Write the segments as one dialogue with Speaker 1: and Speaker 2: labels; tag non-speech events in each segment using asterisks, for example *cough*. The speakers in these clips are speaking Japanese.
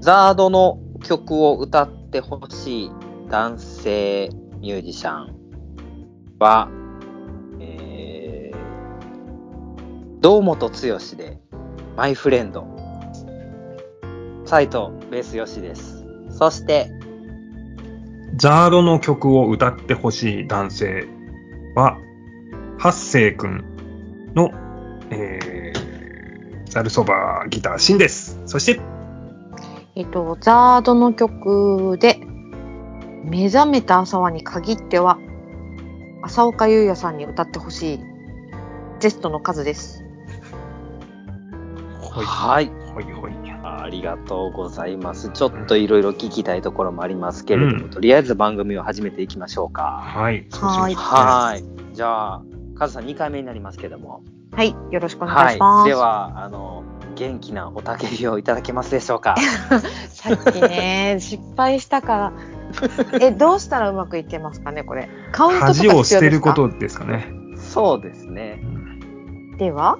Speaker 1: ザードの曲を歌ってほしい男性ミュージシャンは、えー、堂本剛で、マイフレンド。斉藤ベースよしです。そして、
Speaker 2: ザードの曲を歌ってほしい男性は、ハッセイ君の、えー、ザルそばギターシンです。そして、
Speaker 3: えっと、ザードの曲で、目覚めた朝はに限っては、浅岡優也さんに歌ってほしい、ジェストの数です。
Speaker 2: ほい
Speaker 1: はい。
Speaker 2: ほいほい。
Speaker 1: ありがとうございます。ちょっといろいろ聞きたいところもありますけれども、
Speaker 2: うん
Speaker 1: とりあえず番組を始めていきましょうか。
Speaker 2: はい。そうしま
Speaker 3: は
Speaker 2: す
Speaker 3: い
Speaker 1: はい。じゃあ、カズさん2回目になりますけども。
Speaker 3: はい、よろしくお願いしま
Speaker 1: はい。
Speaker 3: す。
Speaker 1: では、あの、元気なおたけびをいただけますでしょう *laughs* か。
Speaker 3: さっきね、失敗した
Speaker 1: *laughs*
Speaker 3: から。え、どうしたらうまくいけますかね、これ。カウントとか必
Speaker 2: 恥
Speaker 3: 要ですか
Speaker 2: を捨てることですかね。
Speaker 1: そうですね。
Speaker 3: では、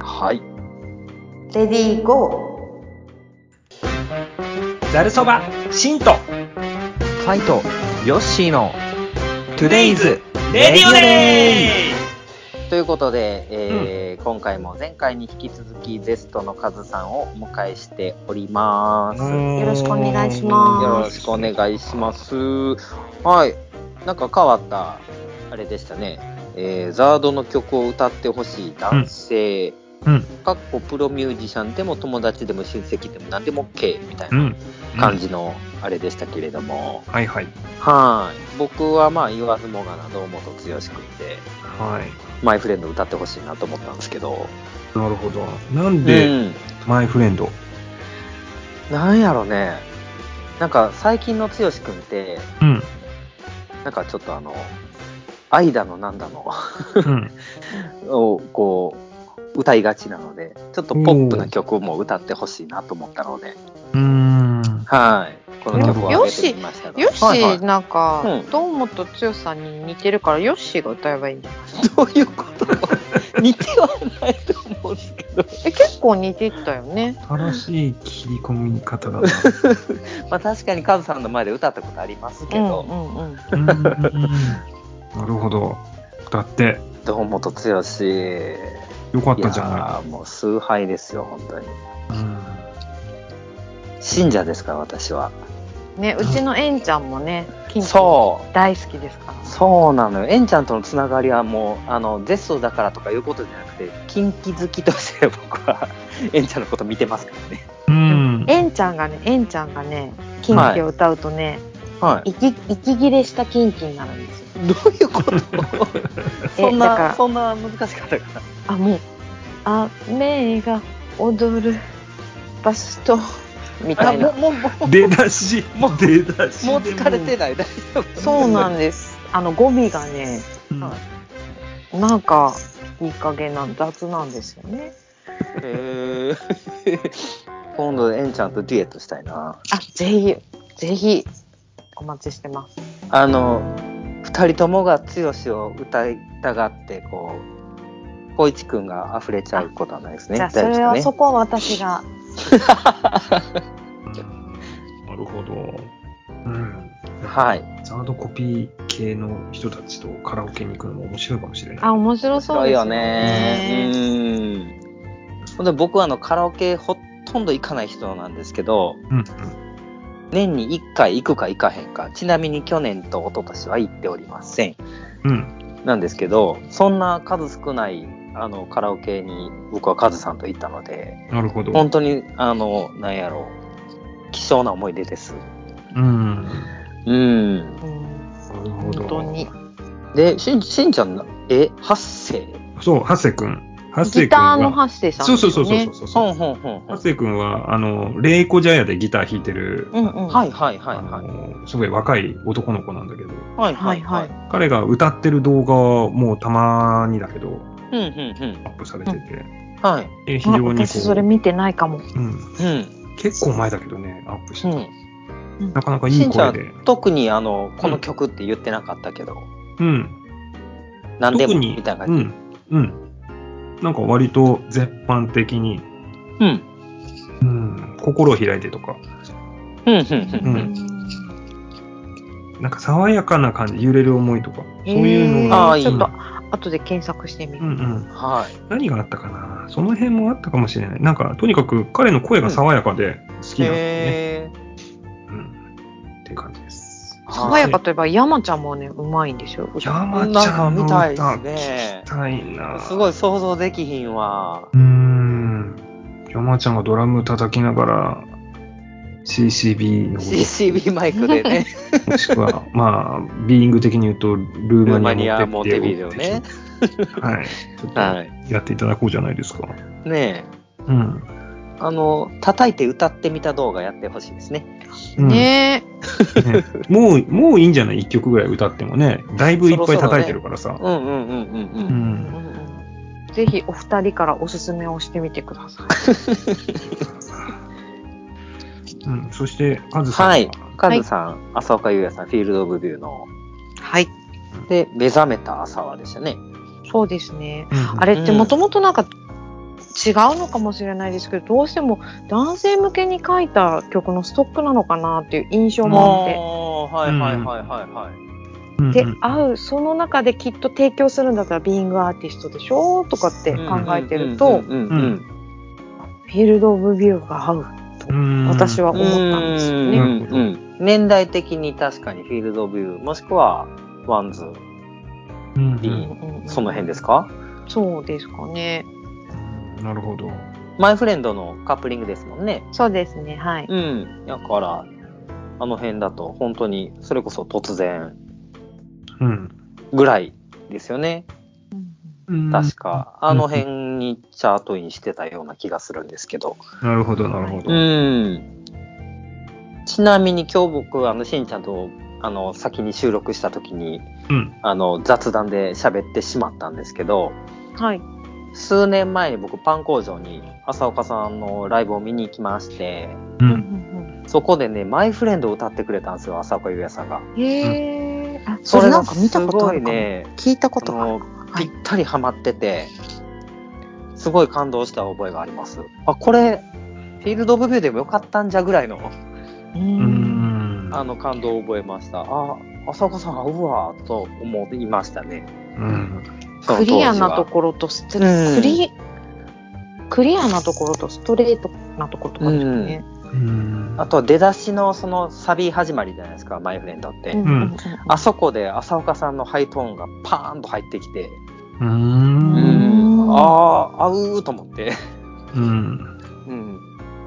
Speaker 1: はい。
Speaker 3: レディーゴー。
Speaker 2: ザルそばシンと
Speaker 1: 斉藤ヨッシーの
Speaker 2: Today's
Speaker 1: レディオデということで、えー今回も前回に引き続きゼストのカズさんをお迎えしております。よ
Speaker 3: よろしくお願いします
Speaker 1: ろしくお願いします。はい、なんか変わったあれでしたね。えーザードの曲を歌ってほしい男性、
Speaker 2: うん、。
Speaker 1: かっこプロミュージシャンでも友達でも親戚でも何でも OK みたいうなん感。じのあれでしたけれども、
Speaker 2: はいはい。
Speaker 1: はい、僕はまあ言わずもがな堂本剛君で。
Speaker 2: はい。
Speaker 1: マイフレンド歌ってほしいなと思ったんですけど。
Speaker 2: なるほど。なんで、
Speaker 1: うん、
Speaker 2: マイフレンド。
Speaker 1: なんやろね。なんか最近の剛くんって、
Speaker 2: うん。
Speaker 1: なんかちょっとあの、愛だのなんだの *laughs*
Speaker 2: うん。
Speaker 1: をこう、歌いがちなので、ちょっとポップな曲も歌ってほしいなと思ったので、
Speaker 2: うーん。
Speaker 1: はい。この曲を上げてみましたが。
Speaker 3: ヨッシー、
Speaker 1: はいはい
Speaker 3: なんか、
Speaker 1: うん
Speaker 3: 堂本剛さんに似てるからヨッシーが歌えばいいんじゃない
Speaker 1: どういうこと似てはないと思うんですけ *laughs* ど。
Speaker 3: え結構似てたよね
Speaker 2: 正しい切り込み方だな。
Speaker 1: まあ確かにカズさんの前で歌ったことありますけど、
Speaker 3: うんうんうん
Speaker 2: うーんなるほど。だって、
Speaker 1: 堂本剛、
Speaker 2: よか
Speaker 1: い
Speaker 2: った
Speaker 1: や
Speaker 2: じゃ
Speaker 1: ーもう崇拝ですよ、本当に。
Speaker 2: ない。うん
Speaker 1: 信者ですから、私は。
Speaker 3: ねうちのエンちゃんもねキンキ
Speaker 1: そ
Speaker 3: 大好きですから
Speaker 1: う、そうなのよ。エンちゃんとのつながりはもう、あの、ゼストだからとかいうことじゃなくて、キンキ好きとして僕は、 *laughs* エンちゃんのこと見てますからね。
Speaker 2: うん。
Speaker 3: エンちゃんがねエンちゃんがねキンキを歌うとね、
Speaker 1: は。
Speaker 3: 息息切れしたキンキになるんですよ
Speaker 1: どういうこと *laughs* そん
Speaker 3: だか
Speaker 1: な、
Speaker 3: ら
Speaker 1: そんな難しかったかな。
Speaker 3: あもう雨が踊るバスとみたいな
Speaker 1: もう、もう、
Speaker 2: 出だし、
Speaker 1: もう
Speaker 2: 出だしで
Speaker 1: もう疲れてない。大丈夫。
Speaker 3: そうなんですあの語尾がね
Speaker 2: うん
Speaker 1: はい
Speaker 3: なんかいい加減な雑なんですよね
Speaker 1: へー今度、エンちゃんとデュエットしたいな。
Speaker 3: あ、ぜひ、ぜひ、お待ちしてます。
Speaker 1: あの2人ともが剛を歌いたがってこう光一くんが溢れちゃうことはないですね。
Speaker 3: じゃあ、
Speaker 1: 大
Speaker 3: そ
Speaker 1: 丈夫です
Speaker 3: れ
Speaker 1: か
Speaker 3: は
Speaker 1: ね
Speaker 3: そこは私が。
Speaker 2: なるほど。うん。
Speaker 1: *laughs* はい。
Speaker 2: ザードコピー系の人たちとカラオケに行くのも面白いかもしれない。
Speaker 3: あ、面白そう
Speaker 1: そう
Speaker 3: です
Speaker 1: よ
Speaker 3: よ
Speaker 1: ね。う
Speaker 3: ね。
Speaker 1: ん。ほんで僕はあのカラオケほとんど行かない人なんですけど
Speaker 2: うんうん。
Speaker 1: 年に1回行くか行かへんかちなみに去年と一昨年は行っておりません。
Speaker 2: うん。
Speaker 1: なんですけどそんな数少ないあのカラオケに僕はカズさんと行ったので
Speaker 2: なるほど。
Speaker 1: 本当にあのなんやろう希少な思い出です。
Speaker 2: うん。
Speaker 1: うん。
Speaker 3: うん
Speaker 2: なるほ
Speaker 3: 本
Speaker 2: ど。
Speaker 3: 当に。
Speaker 1: で、しんしんちゃんな、え、八世
Speaker 2: そう、ハッセ君。ハッセ
Speaker 3: ギ
Speaker 2: 君
Speaker 3: ターの
Speaker 2: は。
Speaker 3: ハッセイさん
Speaker 2: そ
Speaker 3: で
Speaker 2: う
Speaker 3: す
Speaker 2: そう
Speaker 3: よね。
Speaker 2: そうそうそうそ
Speaker 1: ん
Speaker 2: う。
Speaker 1: ほんほん
Speaker 2: ハッセ君は、あの、レイコジャヤでギター弾いてる、
Speaker 3: うんうん。。
Speaker 1: はいいはいはい
Speaker 2: あ
Speaker 1: はい。
Speaker 2: のすごい若い男の子なんだけど、
Speaker 1: はい
Speaker 3: はいはい。。
Speaker 2: 彼が歌ってる動画はもうたまにだけど、
Speaker 1: うんうんうん。
Speaker 2: アップされてて、
Speaker 1: はい。
Speaker 2: で非
Speaker 3: あ
Speaker 2: 常にこ
Speaker 3: 私それ見てないかも。
Speaker 2: う、うん、
Speaker 1: うん。
Speaker 2: 結構前だけどね、アップしてた。
Speaker 3: うん
Speaker 2: なかなかい
Speaker 1: し
Speaker 2: い
Speaker 1: んちゃ
Speaker 2: 声で。
Speaker 1: ん、特にあの、この曲って言ってなかったけど、
Speaker 2: うん。
Speaker 1: 何で
Speaker 2: 特
Speaker 1: も
Speaker 2: に、
Speaker 1: みたいな
Speaker 2: う
Speaker 1: 感じ。
Speaker 2: ん。うん。なんか割と絶版的に、
Speaker 1: うん。
Speaker 2: うん、心を開いてとか、
Speaker 1: うんうん
Speaker 2: うんなんか爽やかな感じ、揺れる思いとか、そういうの
Speaker 1: あ
Speaker 2: が、
Speaker 1: ーいい
Speaker 3: ちょっと後で検索してみ
Speaker 2: うん
Speaker 3: る。
Speaker 2: うん、
Speaker 1: うん。はい。
Speaker 2: 何があったかな、その辺もあったかもしれない、なんかとにかく彼の声が爽やかで好きなんでね、
Speaker 1: へー
Speaker 2: うん、っていう感じです。
Speaker 3: 爽や
Speaker 1: は
Speaker 3: かといえば、山ちゃんもね、うまいんでしょ。
Speaker 2: 山ちゃんの歌
Speaker 1: なんか
Speaker 2: 聞
Speaker 1: 見たいですね
Speaker 2: きたいな。
Speaker 1: いすご
Speaker 2: い。
Speaker 1: い想像できひんわ。
Speaker 2: うーん。山ちゃんがドラム叩きながら CCB のこ
Speaker 1: CCB マイクでね。
Speaker 2: と、もしくは、 *laughs* まあ、ビーイング的に言うとル
Speaker 1: ル
Speaker 2: ー
Speaker 1: ー
Speaker 2: マ
Speaker 1: マ
Speaker 2: ニ
Speaker 1: ニ
Speaker 2: ア
Speaker 1: ア
Speaker 2: モ
Speaker 1: モ
Speaker 2: テ
Speaker 1: テ
Speaker 2: ビ
Speaker 1: ビ
Speaker 2: デ
Speaker 1: デ
Speaker 2: オ
Speaker 1: オ
Speaker 2: ね
Speaker 1: ね。
Speaker 2: はい。ちょっと
Speaker 1: は
Speaker 2: やっていただこうじゃないですか。
Speaker 1: い。ね
Speaker 2: うん。
Speaker 1: え。あの、叩いて歌ってみた動画やってほしいですね。
Speaker 2: うん
Speaker 3: ね
Speaker 2: ねもう、もういいんじゃない ?1 曲ぐらい歌ってもね。だいぶいっぱい叩いてるからさ。
Speaker 1: うんうんうんうんう。
Speaker 2: うん
Speaker 3: え、
Speaker 2: ん。
Speaker 3: ぜひお二人からおすすめをしてみてくだ
Speaker 2: *laughs*
Speaker 3: さい。
Speaker 2: うん。そして、カズさんは。
Speaker 1: はい。カズさん、浅岡優也さん、フィールド・オブ・ビューの。
Speaker 3: はい。
Speaker 1: で、目覚めた朝はでしたね。
Speaker 3: そうですね。
Speaker 2: うん
Speaker 3: あれってもともとなんか違うのかもしれないですけど、どうしても男性向けに書いた曲のストックなのかなっていう印象も
Speaker 1: あ
Speaker 3: あって。
Speaker 1: ーはいはいはいはいはい。
Speaker 2: うん
Speaker 3: で
Speaker 2: うん、
Speaker 3: 合う、その中できっと提供するんだったら、ビーイングアーティストでしょとかって考えてると、
Speaker 1: うんうんうんうん
Speaker 3: フィールド・オブ・ビューが合うと
Speaker 2: うん
Speaker 3: 私は
Speaker 1: うん
Speaker 3: 思ったんですよ
Speaker 1: う
Speaker 3: ね。
Speaker 1: んうん年代的に確かにフィールド・オブ・ビュー、もしくはワンズ、
Speaker 2: うんうん
Speaker 1: いいその辺ですか
Speaker 3: そうですかね。
Speaker 2: なるほど。
Speaker 1: マイフレンドのカップリングですもんね。
Speaker 3: そうですね、はい。
Speaker 1: うん。だから、あの辺だと本当にそれこそ突然
Speaker 2: うん。
Speaker 1: ぐらいですよね。確か。
Speaker 2: うん
Speaker 1: あの辺にチャートインしてたような気がするんですけど。
Speaker 2: なるほど、なるほ
Speaker 1: う
Speaker 2: ど。
Speaker 1: ん。ちなみに今日僕、あの、しんちゃんと、あの、先に収録した時に、
Speaker 2: うん。
Speaker 1: あの、雑談で喋ってしまったんですけど、
Speaker 3: はい。
Speaker 1: 数年前に僕パン工場に朝岡さんのライブを見に行きまして
Speaker 2: う。
Speaker 3: うんん
Speaker 1: そこでね「マイフレンド」を歌ってくれたんですよ朝岡優也さんが。
Speaker 3: うん、へえ。あ、それなんか見たことある
Speaker 1: すごい
Speaker 3: かも。
Speaker 1: ね
Speaker 3: 聞いたこ
Speaker 1: あ
Speaker 3: とがある
Speaker 1: の
Speaker 3: かも。は
Speaker 1: ぴ
Speaker 3: い
Speaker 1: っ。たりハマっててすごい感動した覚えがあります。あこれフィールド・オブ・ビューでもよかったんじゃぐらいの *laughs*
Speaker 2: う
Speaker 3: う。
Speaker 2: んん。
Speaker 1: あの感動を覚えました。あ朝岡さん合うわと思いましたね。
Speaker 2: うん。
Speaker 1: その当
Speaker 3: ク
Speaker 1: 時は
Speaker 3: リアなところとスト
Speaker 1: うん
Speaker 3: クリ、クリアなところとストレートなところとかですよね。
Speaker 2: うん。
Speaker 1: あと出だしのそのサビ始まりじゃないですか「マイフレンド」って。
Speaker 2: んうん
Speaker 1: あそこで浅岡さんのハイトーンがパーンと入ってきて、
Speaker 2: う。
Speaker 1: うんん
Speaker 3: うん
Speaker 1: ああ合うと思って、
Speaker 2: うん。
Speaker 1: うん、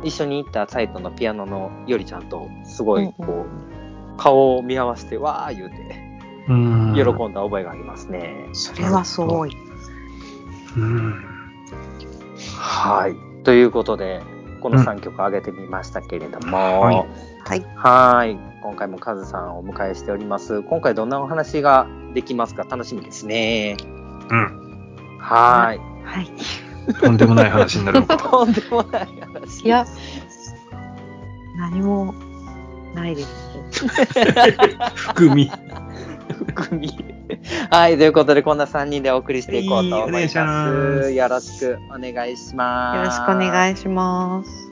Speaker 1: 一緒に行ったサイトのピアノのよりちゃんとすごいこう、
Speaker 3: うんう
Speaker 1: 顔を見合わせてわあ言うて
Speaker 2: うん。
Speaker 1: 喜んだ覚えがありますね。
Speaker 3: それはすごい。
Speaker 2: うん。
Speaker 1: はいということでこの3曲挙げてみましたけれども、
Speaker 2: はい
Speaker 3: はい。
Speaker 1: はい今回もカズさんをお迎えしております今回どんなお話ができますか楽しみですね。
Speaker 2: うん。
Speaker 1: はい
Speaker 3: はい。
Speaker 2: とんでもない話になるの
Speaker 1: *laughs*
Speaker 2: か。
Speaker 1: とんでもない話。
Speaker 3: いや、何もないです。
Speaker 2: 含み。
Speaker 1: 含み。はい、ということで、こんな3人でお送りしていこうと思います。
Speaker 2: はいお願いします
Speaker 1: よろしくお願いし
Speaker 3: よ
Speaker 1: ま
Speaker 3: ろし
Speaker 1: す。
Speaker 3: くお願いします。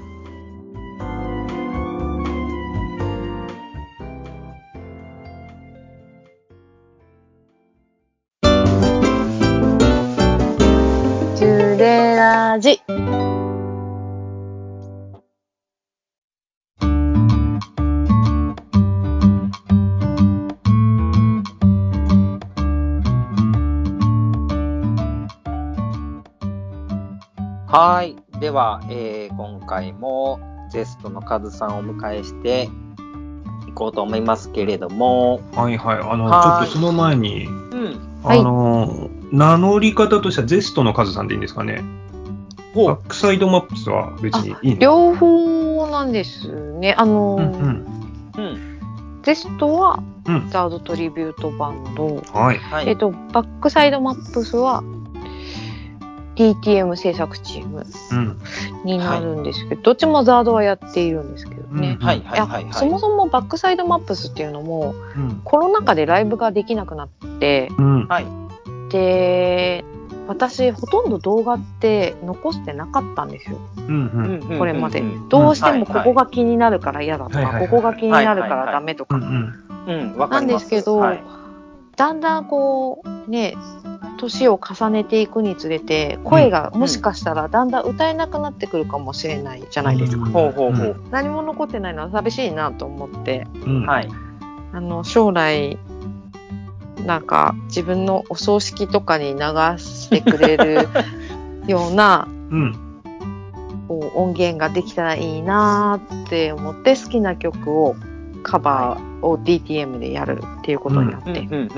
Speaker 3: ジュレラジ。
Speaker 1: はい。では、えー今回もゼストのカズさんをお迎えしていこうと思いますけれども、
Speaker 2: はいはい。あの、ちょ
Speaker 1: は
Speaker 2: っ
Speaker 1: い
Speaker 2: とその前に、
Speaker 1: うん。
Speaker 2: あ
Speaker 3: はい
Speaker 2: の、名乗り方としてはゼストのカズさんでいいんですかね。
Speaker 1: ほ
Speaker 2: バックサイドマップスは別にいいの
Speaker 3: 両方なんですね。あの、
Speaker 2: うんうん。
Speaker 1: う。うん。
Speaker 3: テストは
Speaker 2: うん。
Speaker 3: ザードトリビュートバンド。
Speaker 2: はい。
Speaker 1: は
Speaker 3: えっ
Speaker 1: い。
Speaker 3: と、バックサイドマップスは DTM 制作チーム
Speaker 2: うん。
Speaker 3: になるんですけど、どっちもザードはやっているんですけどね。
Speaker 1: はい、はいい、
Speaker 3: や
Speaker 1: はい。はい
Speaker 3: そもそもバックサイドマップスっていうのも
Speaker 2: うん。
Speaker 3: コロナ禍でライブができなくなって
Speaker 2: うん。
Speaker 1: はい。
Speaker 3: で私ほとんど動画って残してなかったんですよ
Speaker 2: うんうん。
Speaker 1: うん
Speaker 3: これまで、
Speaker 1: うんうん
Speaker 3: どうしてもこ
Speaker 1: はい
Speaker 3: こが気になるから嫌だとか、
Speaker 2: はいはいはい
Speaker 3: ここが気になるからダメとか、
Speaker 2: うんうん。
Speaker 1: うん、わかります。
Speaker 3: なんですけど
Speaker 1: はい
Speaker 3: だんだんこうね年を重ねていくにつれて声がもしかしたらだんだん歌えなくなってくるかもしれないじゃないですか、
Speaker 2: うん
Speaker 1: ほうほうほう。
Speaker 3: 何も残ってないのは寂しいなと思って
Speaker 2: うん。
Speaker 1: はい。
Speaker 3: あの将来なんか自分のお葬式とかに流してくれるような
Speaker 2: うん。
Speaker 3: こう音源ができたらいいなーって思って好きな曲をカバーを DTM でやるっていうことになって、
Speaker 1: うんうん
Speaker 2: う
Speaker 1: うんうん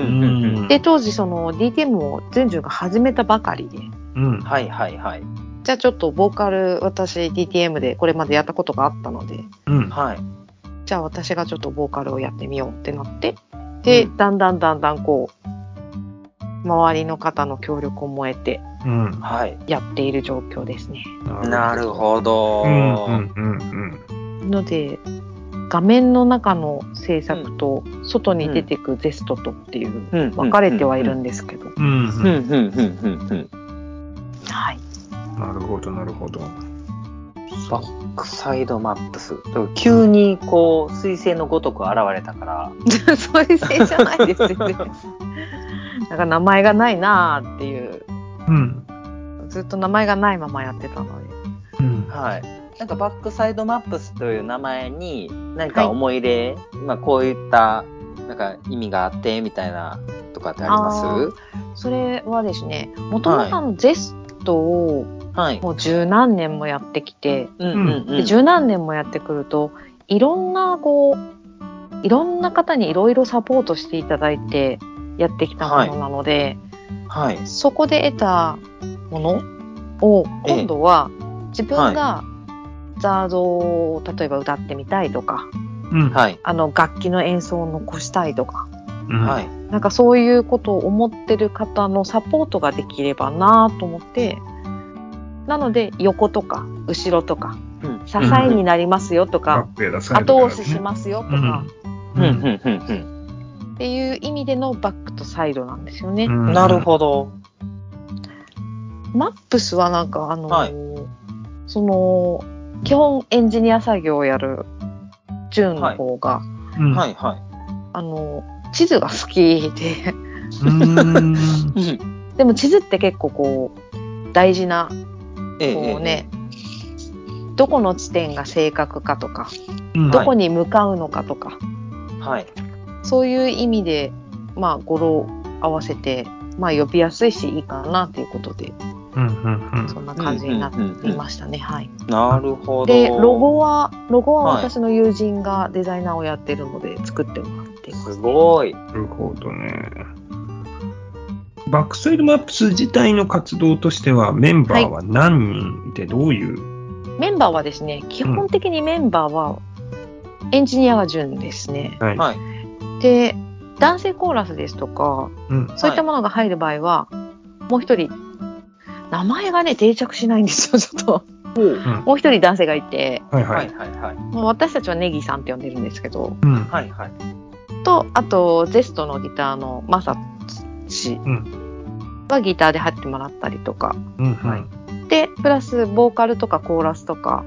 Speaker 1: うん。
Speaker 3: で当時その DTM をジュンジュンが始めたばかりで
Speaker 2: うん。
Speaker 1: はいはいはい。
Speaker 3: じゃあちょっとボーカル私 DTM でこれまでやったことがあったので
Speaker 2: うん。
Speaker 1: はい。
Speaker 3: じゃあ私がちょっとボーカルをやってみようってなってで、
Speaker 1: うん
Speaker 3: だんだんだんだんこう周りの方の協力を得て
Speaker 2: うん。
Speaker 1: はい。
Speaker 3: やっている状況ですね。
Speaker 1: なるほど。
Speaker 2: うんうんうんうん。
Speaker 3: ので画面の中の制作と外に出てくゼストとっていう
Speaker 1: うん
Speaker 3: 分かれてはいるん
Speaker 1: で。
Speaker 3: ですけど、
Speaker 2: う
Speaker 1: うん
Speaker 2: ん
Speaker 1: う
Speaker 2: う。
Speaker 1: んんうんうんうん。
Speaker 3: はい、
Speaker 2: なるほど、なるほど。
Speaker 1: バックサイドマップス。急にこう、彗星のごとく現れたから。
Speaker 3: *laughs* そういうせいじゃないですよね。なんか名前がないなーっていう
Speaker 2: うん。
Speaker 3: ずっと名前がないままやってたので
Speaker 2: うん。
Speaker 1: はい。なんかバックサイドマップスという名前に何か思い入れ、まあこういったなんか意味があってみたいなとかってあります
Speaker 3: あーそれはですねもともとあのゼストを
Speaker 1: はい。
Speaker 3: もう十何年もやってきて、
Speaker 1: うんうんう
Speaker 3: で
Speaker 1: ん。
Speaker 3: 十何年もやってくるといろんなこういろんな方にいろいろサポートしていただいてやってきたものなので、
Speaker 1: はい。
Speaker 3: そこで得たものを
Speaker 1: ええ
Speaker 3: 今度は自分がザードを例えば歌ってみたいとか
Speaker 2: うん。
Speaker 1: はい。
Speaker 3: あの楽器の演奏を残したいとか
Speaker 2: うん
Speaker 1: はい。。
Speaker 3: なんかそういうことを思ってる方のサポートができればなと思ってなので横とか後ろとか
Speaker 1: うん
Speaker 3: 支えになりますよとか、後押ししますよとか、
Speaker 1: うんう
Speaker 2: うん
Speaker 1: んうん
Speaker 3: っていう意味でのバックとサイドなんですよね。
Speaker 1: うん。なるほど。
Speaker 3: マップスはなんかあのー
Speaker 1: はい
Speaker 3: その基本エンジニア作業をやるジュンの方が、
Speaker 2: ど。うん
Speaker 1: はいは
Speaker 3: あのー地図が好きで
Speaker 2: うん
Speaker 1: い。うん。
Speaker 3: でも地図って結構こう大事な
Speaker 1: ええ
Speaker 3: こう。ね、どこの地点が正確かとか、
Speaker 2: うん
Speaker 3: どこに向かうのかとか
Speaker 1: ええはい。
Speaker 3: そういう意味で、まあ、語呂を合わせて、まあ、呼びやすいしいいかなということで、
Speaker 2: うんうんうん
Speaker 3: そんな感じになっていましたね。はい、
Speaker 1: なるほど。
Speaker 3: で、ロゴは、ロゴは
Speaker 1: はい
Speaker 3: 私の友人がデザイナーをやってるので作ってもらってます。
Speaker 1: すごい。
Speaker 2: なるほどね。バックサイドマップス自体の活動としては、メンバーは何人いて、どういう。
Speaker 3: メンバーはですね、基本的にメンバーはエンジニアが純ですね。
Speaker 2: はい
Speaker 1: はい。
Speaker 3: で、男性コーラスですとか、
Speaker 2: うん
Speaker 3: そういったものが入る場合は、もう一人、名前がね、定着しないんですよ、ち *laughs* ょっと。もう一人男性がいて、
Speaker 2: はいは
Speaker 1: はい
Speaker 2: い。
Speaker 1: はいはい。
Speaker 3: もう私たちはネギさんって呼んでるんですけど、
Speaker 2: うん
Speaker 1: はいはい。
Speaker 3: と、あと、ゼストのギターのマサ氏
Speaker 2: う
Speaker 3: はギターで入ってもらったりとか、
Speaker 2: うん
Speaker 1: はい
Speaker 3: で、プラスボーカルとかコーラスとか、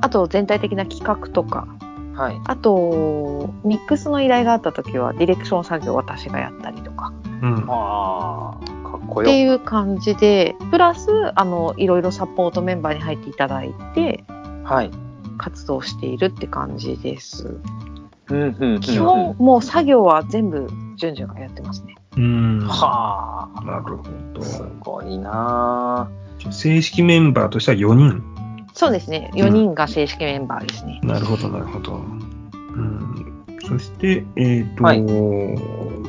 Speaker 3: あと全体的な企画とか、
Speaker 1: はい。
Speaker 3: あと、ミックスの依頼があった時はディレクション作業を私がやったりとか、
Speaker 2: うん
Speaker 1: ああ、かっこ
Speaker 3: って
Speaker 1: よ。
Speaker 3: いう感じで、プラス、あの、いろいろサポートメンバーに入っていただいて、
Speaker 1: はい。
Speaker 3: 活動しているって感じです。
Speaker 1: うんうんうんうん
Speaker 3: 基本、もう作業は全部、順々がやってますね。
Speaker 2: うん
Speaker 1: はあ。
Speaker 2: なるほど。
Speaker 1: すごいな
Speaker 2: 正式メンバーとしては4人。
Speaker 3: そうですね。4人が正式メンバーですね。
Speaker 2: なるほど、なるほど。うん、そして、えっ、と、
Speaker 1: はい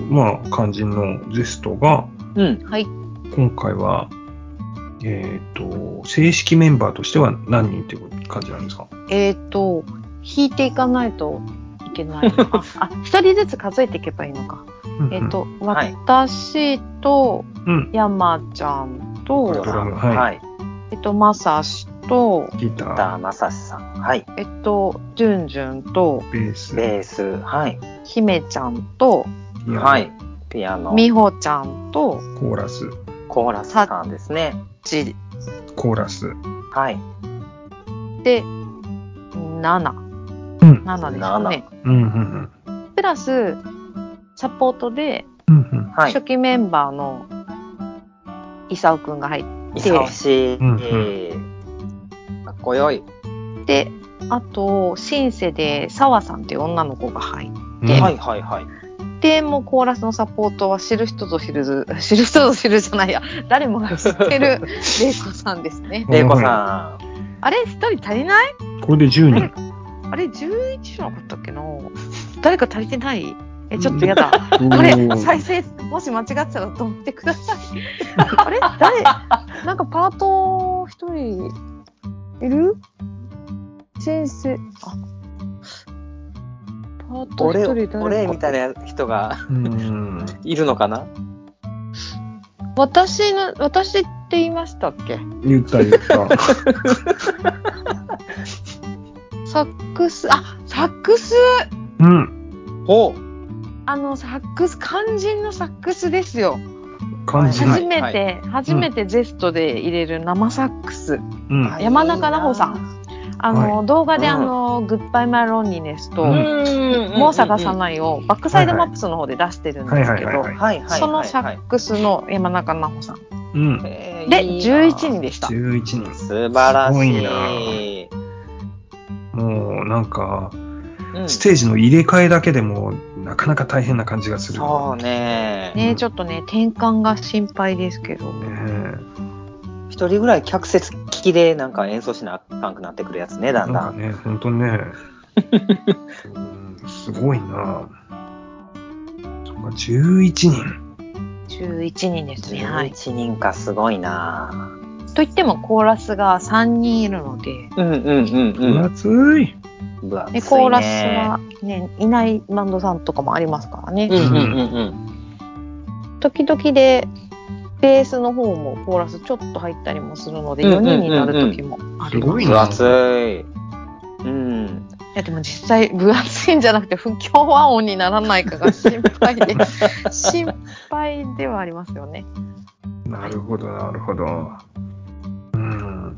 Speaker 2: まあ、肝心のゼストが、
Speaker 1: ぁうん。
Speaker 3: はい。
Speaker 2: 今回は、えっ、と、正式メンバーとしては何人っていう感じなんですか
Speaker 3: えっ、と、引いていかないといけないの *laughs* か。あ、一人ずつ数えていけばいいのか。えっ、、と、
Speaker 1: はい
Speaker 3: 私と、
Speaker 2: うんうん、
Speaker 3: 山ちゃんと、
Speaker 2: ドラムはい
Speaker 1: はい。
Speaker 3: えっと、まさしと、
Speaker 2: ギター、
Speaker 1: 田正史さん。はい。
Speaker 3: えっと、じゅんじゅんと、
Speaker 2: ベース、
Speaker 1: ベース。はい。
Speaker 3: ひめちゃんと、
Speaker 2: ピアノ
Speaker 1: はい。ピアノ。
Speaker 3: みほちゃんと、
Speaker 2: コーラス、
Speaker 1: コーラスさんですね。
Speaker 3: ち
Speaker 2: コーラス。
Speaker 1: はい。
Speaker 3: で、7。
Speaker 2: うん。
Speaker 3: 7ですね。
Speaker 2: うん、うん、うん。
Speaker 3: プラス、サポートで、
Speaker 2: うん、
Speaker 1: はい
Speaker 3: 初。期メンバーの、イサオくんが入っ
Speaker 1: いさおしい。
Speaker 2: うんうん
Speaker 1: かっこよい。
Speaker 3: て、あと、シンセで、サワさんっていう女の子が入っ
Speaker 2: うん。
Speaker 3: で
Speaker 1: はいはいはい。
Speaker 3: て、もうコーラスのサポートは知る人ぞ知るず、知る人ぞ知るじゃないや、誰もが知ってる、レイコさんで
Speaker 1: *laughs*
Speaker 3: すね。
Speaker 1: 玲子さん。
Speaker 3: あれ、一人足りない
Speaker 2: これで10人。
Speaker 3: あれ、11じゃなかったっけな誰か足りてないえ、ちょっとやだ。あ
Speaker 2: あ
Speaker 3: れ、再生、もし間違ってたら止めてください。あれ誰なんかパート一人いる先生、あ、パート一
Speaker 1: 俺、
Speaker 3: 人誰か
Speaker 1: 俺みたいな人が
Speaker 2: うん。
Speaker 1: いるのかな
Speaker 3: 私の、私って言いましたっけ
Speaker 2: 言った言った。
Speaker 3: サックス、あ、サックス
Speaker 2: うん。
Speaker 1: ほ
Speaker 3: あの、サックス、肝心のサックスですよ。
Speaker 2: 感じ
Speaker 1: は
Speaker 2: ない
Speaker 3: 初
Speaker 2: い。
Speaker 3: めて、初めてゼストで入れる生サックス。
Speaker 2: うん。
Speaker 1: う。
Speaker 3: 山中奈穂さ
Speaker 1: ん。
Speaker 3: あの、
Speaker 2: は
Speaker 3: 動画で
Speaker 1: うん
Speaker 3: あの、グッバイマイロンリネスと、
Speaker 2: うん
Speaker 3: もう探さ
Speaker 1: い。
Speaker 3: ないをバックサイドマップスの方で出してるんですけ
Speaker 2: はいはいはい
Speaker 3: ど
Speaker 2: はい、
Speaker 1: はいはいはいはい。
Speaker 3: そのサックスの山中奈穂さん。
Speaker 2: うん。
Speaker 1: えー
Speaker 3: で、
Speaker 1: いいな
Speaker 3: 11人でした。
Speaker 2: 11人。
Speaker 1: 素晴らし
Speaker 2: すご
Speaker 1: い。
Speaker 2: いもうなんか、
Speaker 1: うん
Speaker 2: ステージの入れ替えだけでも、なかなか大変な感じがする。
Speaker 1: そうね。
Speaker 3: ねちょっとね、転換が心配ですけど。
Speaker 2: ね
Speaker 1: 一人ぐらい客席でなんか演奏しなあかんくなってくるやつね、だんだ
Speaker 2: なんか
Speaker 1: ん。
Speaker 2: ね、本
Speaker 1: *laughs*
Speaker 2: 当ね。うんすごいな。そっか、11人。
Speaker 3: 11人ですね。はい。
Speaker 1: 11人かすごいな
Speaker 3: といってもコーラスが3人いるので、
Speaker 1: うんうんうん
Speaker 2: 分
Speaker 1: うん。
Speaker 2: 厚い。
Speaker 1: 分厚い
Speaker 3: で
Speaker 1: ね
Speaker 3: コーラスはね、いないバンドさんとかもありますからね。
Speaker 1: うんうんうん
Speaker 3: 時々で、ベースの方もコーラスちょっと入ったりもするので、
Speaker 1: うん
Speaker 3: 4人になる時もあ
Speaker 2: す
Speaker 3: り
Speaker 2: ご
Speaker 3: ま
Speaker 2: い
Speaker 1: うん。
Speaker 3: す。
Speaker 2: な
Speaker 1: 分厚い。うん。
Speaker 3: いやでも実際分厚いんじゃなくて不協和音にならないかが心配
Speaker 2: *laughs*
Speaker 3: で心配ではありますよね。
Speaker 2: なるほど、なるほど。うん。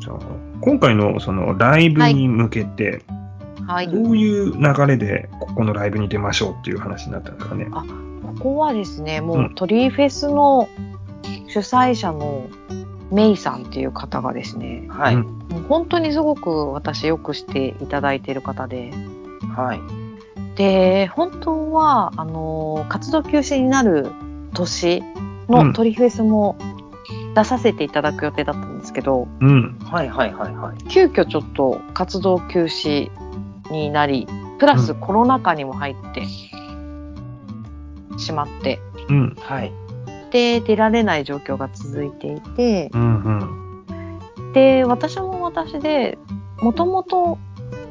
Speaker 2: じゃあ、今回のそのライブに向けて、
Speaker 3: はい。
Speaker 2: ど
Speaker 3: こ
Speaker 2: ういう流れでここのライブに出ましょうっていう話になったんですかね。
Speaker 3: こはですね、もううんトリーフェスの主催者のメイさんっていう方がですね、
Speaker 1: はい。
Speaker 2: うん
Speaker 3: もう本当にすごく私よくしていただいている方で、
Speaker 1: はい。
Speaker 3: で、本当は、あの、活動休止になる年
Speaker 2: う
Speaker 3: の
Speaker 2: ん
Speaker 3: トリフェスも出させていただく予定だったんですけど、
Speaker 2: うん。
Speaker 1: はいはいはいはい。
Speaker 3: 急遽ちょっと活動休止になりプラス
Speaker 2: う
Speaker 3: コロナ禍にも入ってしまって、
Speaker 2: うん。
Speaker 1: はい。
Speaker 3: で出られない状況が続いていて
Speaker 2: うん。うん。
Speaker 3: で私も私でもともと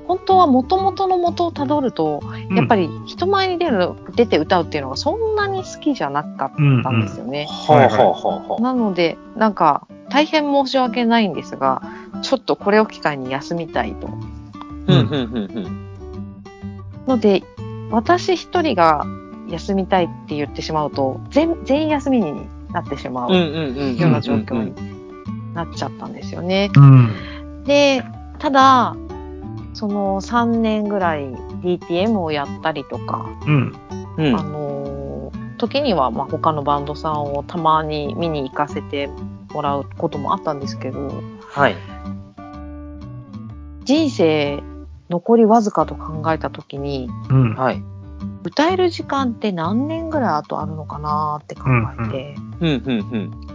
Speaker 3: 本当はもともとの元をたどるとやっぱ
Speaker 2: り。
Speaker 3: り人前に出るの出て歌うっていうのがそんなに好きじゃなかっ
Speaker 2: うん。う
Speaker 3: たんです
Speaker 2: ん。
Speaker 3: よね。
Speaker 1: ほうほうほうほ
Speaker 3: なのでなんか大変申し訳ないんですがちょっとこれを機会に休みたいと
Speaker 1: う。うんうんうんうん。
Speaker 3: ので私一人が休みたいって言ってしまうと全全員休みになってしまう
Speaker 1: うんう
Speaker 3: よ
Speaker 1: んうん。
Speaker 3: うな状況になっちゃったんですよね。
Speaker 2: うん。
Speaker 3: でただその3年ぐらい DTM をやったりとか、
Speaker 2: うん。
Speaker 1: うん。
Speaker 3: あのー時にはまあ他のバンドさんをたまに見に行かせてもらうこともあったんですけど
Speaker 1: はい。
Speaker 3: 人生残りわずかと考えた時に
Speaker 2: うん。
Speaker 1: はい。
Speaker 3: 歌える時間って何年ぐらい後あるのかなって考えて。
Speaker 1: うんうん